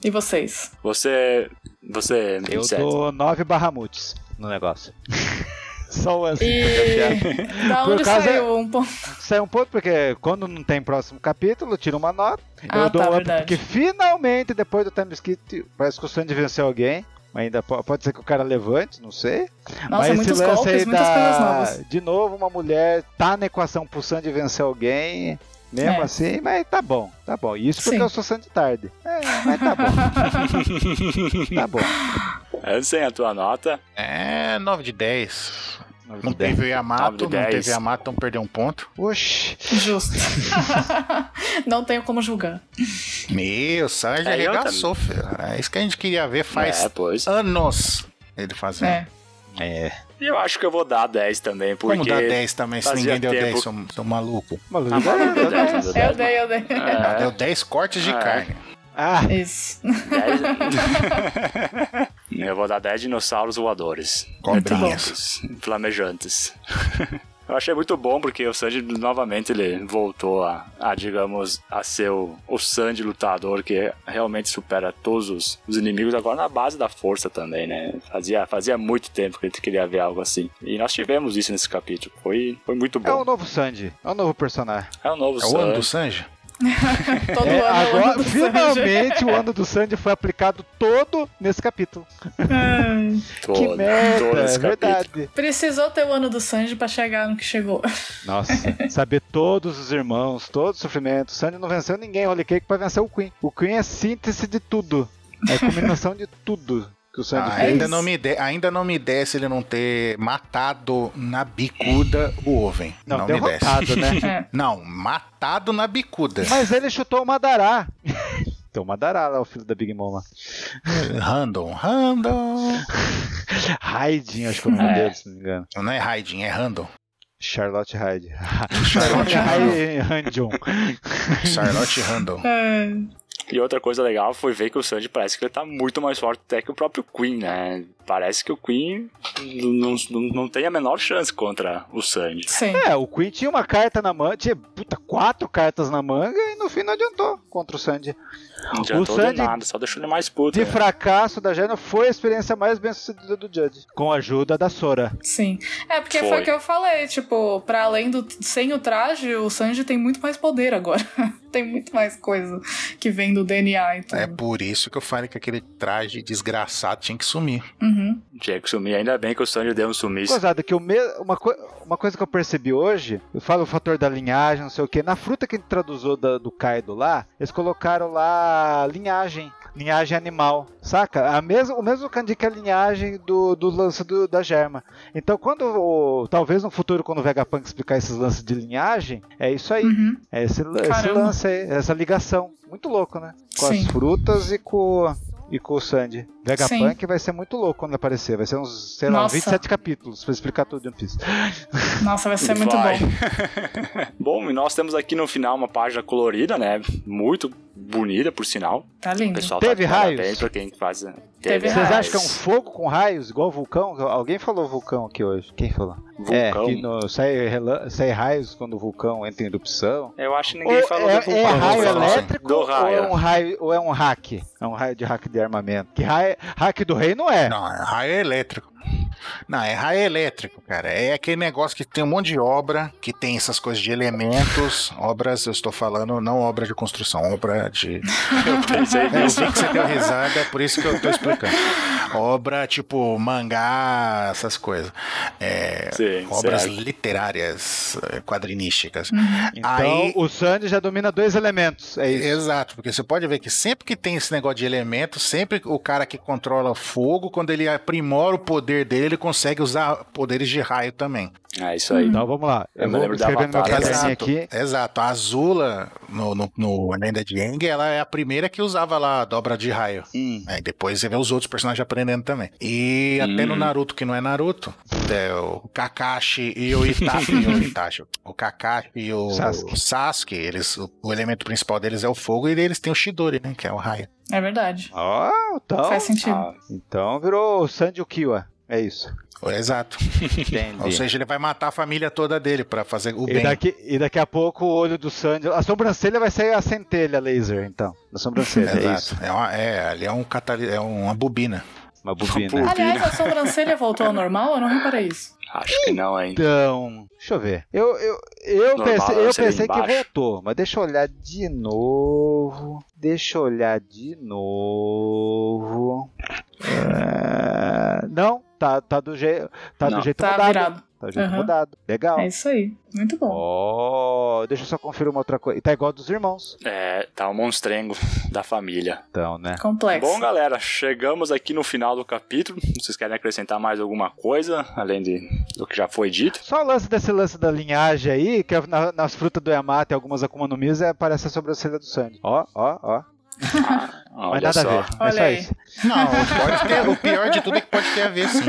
S3: E vocês?
S1: Você. Você.
S2: Eu
S1: Seth,
S2: dou 9 barramutes no negócio. Só o Ansem.
S3: E da
S2: Por
S3: onde
S2: causa-
S3: saiu um ponto?
S2: Sai um ponto, porque quando não tem próximo capítulo, tira uma nota.
S3: Ah,
S2: eu dou
S3: tá,
S2: um up,
S3: verdade.
S2: porque finalmente, depois do time skip, parece que o Sandy venceu alguém. Ainda po- pode ser que o cara levante, não sei.
S3: Nossa,
S2: Mas
S3: muitos
S2: esse lance
S3: golpes,
S2: aí
S3: muitas
S2: da-
S3: coisas novas.
S2: De novo, uma mulher tá na equação pro Sandy vencer alguém. Mesmo
S3: É.
S2: assim, mas tá bom, tá bom. Isso porque
S3: Sim.
S2: eu sou Sandy tarde. É, mas tá bom. tá bom.
S1: Ansem, a tua nota.
S4: É, 9 de 10. Não
S2: Dez.
S4: teve
S1: Nove de
S4: Yamato, não
S1: dez.
S4: teve Yamato, então perdeu um ponto.
S2: Oxi.
S3: Justo. Não tenho como julgar.
S4: Meu, o Sanji
S1: É, eu
S4: arregaçou, filho. É isso que a gente queria ver faz
S1: É, pois.
S3: Ah.
S4: anos ele fazendo.
S3: É.
S2: É.
S1: E eu acho que eu vou dar 10 também, porque.
S4: Vamos dar 10 também, se
S1: fazia
S4: ninguém deu
S1: tempo.
S4: 10, sou, sou maluco.
S2: Maluco. né?
S1: Ah, Malu deu 10, deu
S2: É.
S1: 10.
S3: Eu dei, eu dei.
S4: Ah,
S1: É,
S4: Deu 10 cortes de
S1: É.
S4: carne.
S2: Ah,
S3: Isso.
S1: 10. Eu vou dar 10 dinossauros voadores.
S4: Cobrinhas.
S1: Metálicos, Flamejantes. Eu achei muito bom porque o Sanji novamente ele voltou a, a, digamos, a ser o, o Sanji lutador que realmente supera todos os, os inimigos agora na base da força também, né? Fazia, fazia muito tempo que a gente queria ver algo assim. E nós tivemos isso nesse capítulo. Foi, foi muito
S2: é um
S1: bom.
S2: novo Sandy. É um novo personagem.
S1: É um novo
S4: É o ano do
S1: Sanji.
S4: Sanji?
S3: Todo
S2: É,
S3: ano eu
S2: agora,
S3: ando do
S2: finalmente, o ano do Sandy foi aplicado todo nesse capítulo.
S3: Sanji.
S1: Todo,
S2: que merda,
S1: todo
S2: é
S1: esse capítulo.
S2: verdade.
S3: Precisou ter o ano do Sanji pra chegar no que chegou.
S2: Nossa, saber todos os irmãos, todo o sofrimento. O Sandy não venceu ninguém, o Holy Cake, pra vencer o Queen. O Queen é síntese de tudo. É a combinação de tudo que o Sandy
S4: Ah,
S2: fez.
S4: ainda,
S3: isso.
S4: não me de, ainda não me desce ele não ter matado na bicuda o Oven.
S2: Não,
S4: Não, me desce.
S2: derrotado, né?
S3: É.
S4: Não, matado na bicuda.
S2: Mas ele chutou o Madará. Então o Madará lá, o filho da Big Mom lá.
S4: Random, random.
S2: Raidinho, acho que é o nome
S1: É.
S2: dele, se não me engano.
S4: Não é Raidin, é random.
S2: Charlotte Hyde.
S4: Charlotte Random.
S2: Hyde Randion.
S4: Charlotte Random.
S3: É.
S1: E outra coisa legal foi ver que o Sanji parece que ele tá muito mais forte até que o próprio Queen, né? Parece que o Queen não, não, não tem a menor chance contra o Sanji.
S3: Sim.
S2: É, o Queen tinha uma carta na manga, tinha puta, quatro cartas na manga e no fim não adiantou contra o Sandy.
S1: Não adiantou de
S2: Sanji-
S1: nada, só deixou ele mais puto.
S2: De
S1: né?
S2: fracasso da Jana foi a experiência mais bem sucedida do Judge. Com a ajuda da Sora.
S3: Sim. É, porque foi
S1: Foi.
S3: o que eu falei, tipo, pra além do sem o traje, o Sanji tem muito mais poder agora. tem muito mais coisa que vem do DNA e tudo.
S4: É por isso que eu falei que aquele traje desgraçado tinha que sumir.
S3: Uhum.
S1: Tinha que sumir. Ainda bem que o Sandy deu um sumiço.
S2: Gozado, que o me... uma, co... uma coisa que eu percebi hoje, eu falo o fator da linhagem, não sei o quê. Na fruta que a gente traduzou da- do Kaido lá, eles colocaram lá linhagem. Linhagem animal, saca? A mes... O mesmo kanji que a linhagem do, do lance do- da germa. Então, quando. o- Talvez no futuro, quando o Vegapunk explicar esses lances de linhagem, é isso aí.
S3: Uhum.
S2: É esse, esse
S3: Caramba.
S2: lance aí, essa ligação. Muito louco, né? Com
S3: Sim.
S2: as frutas e com, e com o Sandy. Vegapunk vai ser muito louco quando aparecer. Vai ser uns, sei lá, uns
S3: Nossa.
S2: 27 capítulos pra explicar tudo de One Piece.
S3: Nossa, vai
S2: é
S3: ser muito
S1: Vai.
S3: bom.
S1: Bom, e nós temos aqui no final uma página colorida, né? Muito bonita, por sinal.
S3: Tá
S1: O
S3: lindo.
S1: pessoal
S2: Teve
S1: tá de parabéns
S2: raios?
S1: pra quem faz.
S3: Teve
S2: Vocês
S3: raios.
S2: acham que é um fogo com raios, igual vulcão? Alguém falou vulcão aqui hoje. Quem falou? É,
S1: vulcão?
S2: que no- sai, relan- sai raios quando o vulcão entra em erupção.
S1: Eu acho que
S2: Ou
S1: ninguém falou do
S2: é, é
S1: vulcão.
S2: raio
S4: vou falar assim.
S2: elétrico
S1: Do
S2: Ou,
S1: raio.
S2: é um raio ou é um hack? É um raio de hack de armamento. Que raio, hack do rei não é.
S4: Não, é raio elétrico. Não, é raio elétrico, cara. É aquele negócio que tem um monte de obra, que tem essas coisas de elementos. Obras, eu estou falando, não obra de construção, obra de.
S1: Pensei
S4: É, eu
S1: nisso.
S4: vi que você deu risada, é por isso que eu tô explicando. Obra tipo mangá, essas coisas. É,
S1: Sim,
S4: obras
S1: certo.
S4: literárias, eh, quadrinísticas.
S2: Então
S4: Aí-
S2: o Sandy já domina dois elementos. É isso.
S4: Exato, porque você pode ver que sempre que tem esse negócio de elemento, sempre o cara que controla o fogo, quando ele aprimora o poder dele, ele consegue usar poderes de raio também.
S1: É isso aí.
S2: Então vamos lá.
S1: Eu
S2: Eu
S1: me
S2: vou
S1: lembro da
S2: escrever no meu
S1: Avatar, né?
S2: caderninho aqui.
S4: Exato. A Azula, no, no, no Lenda de Aang, ela é a primeira que usava lá a dobra de raio.
S1: Hum.
S4: Aí depois você vê os outros personagens aprendendo também. E até no Naruto, que não é Naruto, é o Kakashi e o Itachi. e o, Itachi o Kakashi e o
S2: Sasuke.
S4: Sasuke, eles, o, o elemento principal deles é o fogo e eles têm o Shidori, né? Que é o raio.
S3: É verdade.
S2: Ó, então.
S3: Faz sentido.
S1: Ah,
S2: Então virou o Sandy o Kiwa. É isso.
S4: Exato. Ou
S2: Entendi.
S4: seja, ele vai matar a família toda dele pra fazer o
S2: E
S4: bem.
S2: daqui, e daqui a pouco o olho do Sandy. A sobrancelha vai ser a centelha laser, então. Da sobrancelha, é isso.
S4: Exato. É, uma, é, ali é um catali é uma bobina.
S2: Uma bobina.
S1: Uma
S3: Aliás, a sobrancelha voltou ao normal? Eu não reparei isso.
S1: acho que não, hein?
S2: Então, deixa eu ver. Eu, eu, eu
S1: Normal,
S2: pensei, eu
S1: você vem
S2: pensei que
S1: embaixo.
S2: voltou, mas deixa eu olhar de novo. Deixa eu olhar de novo. É, Não, tá, tá do jeito. Tá
S1: Não.
S2: do jeito
S3: Tá
S2: mudado.
S3: virado.
S2: Tá do jeito
S3: Aham.
S2: mudado. Legal.
S3: É isso aí. Muito bom.
S2: Oh, deixa eu só conferir uma outra coisa. Tá igual dos irmãos.
S1: É, tá um monstrengo da família.
S2: Então, né?
S3: Complexo.
S1: Bom, galera, chegamos aqui no final do capítulo. Vocês querem acrescentar mais alguma coisa, além de, do que já foi dito?
S2: Só o lance desse lance da linhagem aí, que é na- nas frutas do Yamato e algumas Akuma no Mi's, é, parece a sobrancelha do Sandy. Ó, ó, ó. Mas
S1: Olha
S2: nada
S1: só.
S2: a ver. É
S3: Olha
S2: só
S3: aí.
S2: isso.
S4: Não, pode ter. O pior de tudo é que pode ter a ver, sim.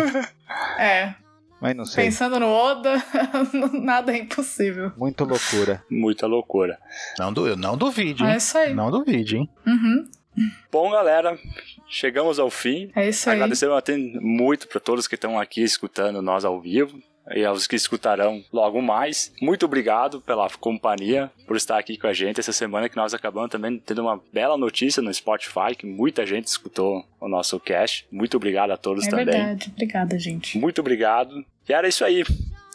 S3: É,
S2: Mas não sei.
S3: pensando no Oda, nada é impossível.
S2: Muito loucura.
S1: Muita loucura.
S4: Não, du não duvide,
S3: É
S4: hein?
S3: isso aí.
S4: Não duvide, hein?
S3: Uhum,
S1: Bom, galera, chegamos ao fim.
S3: É isso aí.
S1: Agradecemos até muito para todos que estão aqui escutando nós ao vivo e aos que escutarão logo mais. Muito obrigado pela companhia, por estar aqui com a gente essa semana que nós acabamos também tendo uma bela notícia no Spotify que muita gente escutou o nosso cast. Muito obrigado a todos
S3: É
S1: também.
S3: verdade. Obrigada, gente.
S1: Muito obrigado. E era isso aí.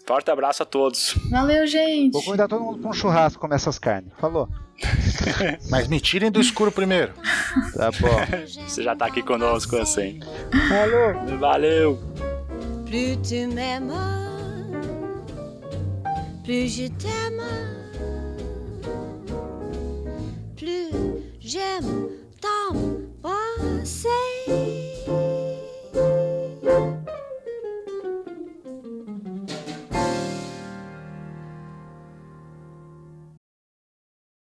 S1: Forte abraço a todos.
S3: Valeu, gente.
S2: Vou convidar todo mundo pra um churrasco comer essas carnes. Falou.
S4: Mas me tirem do escuro primeiro.
S2: Tá bom.
S1: Você já tá aqui conosco assim. Valeu. Valeu.
S7: Plus tu m'aimes, plus je t'aime, plus j'aime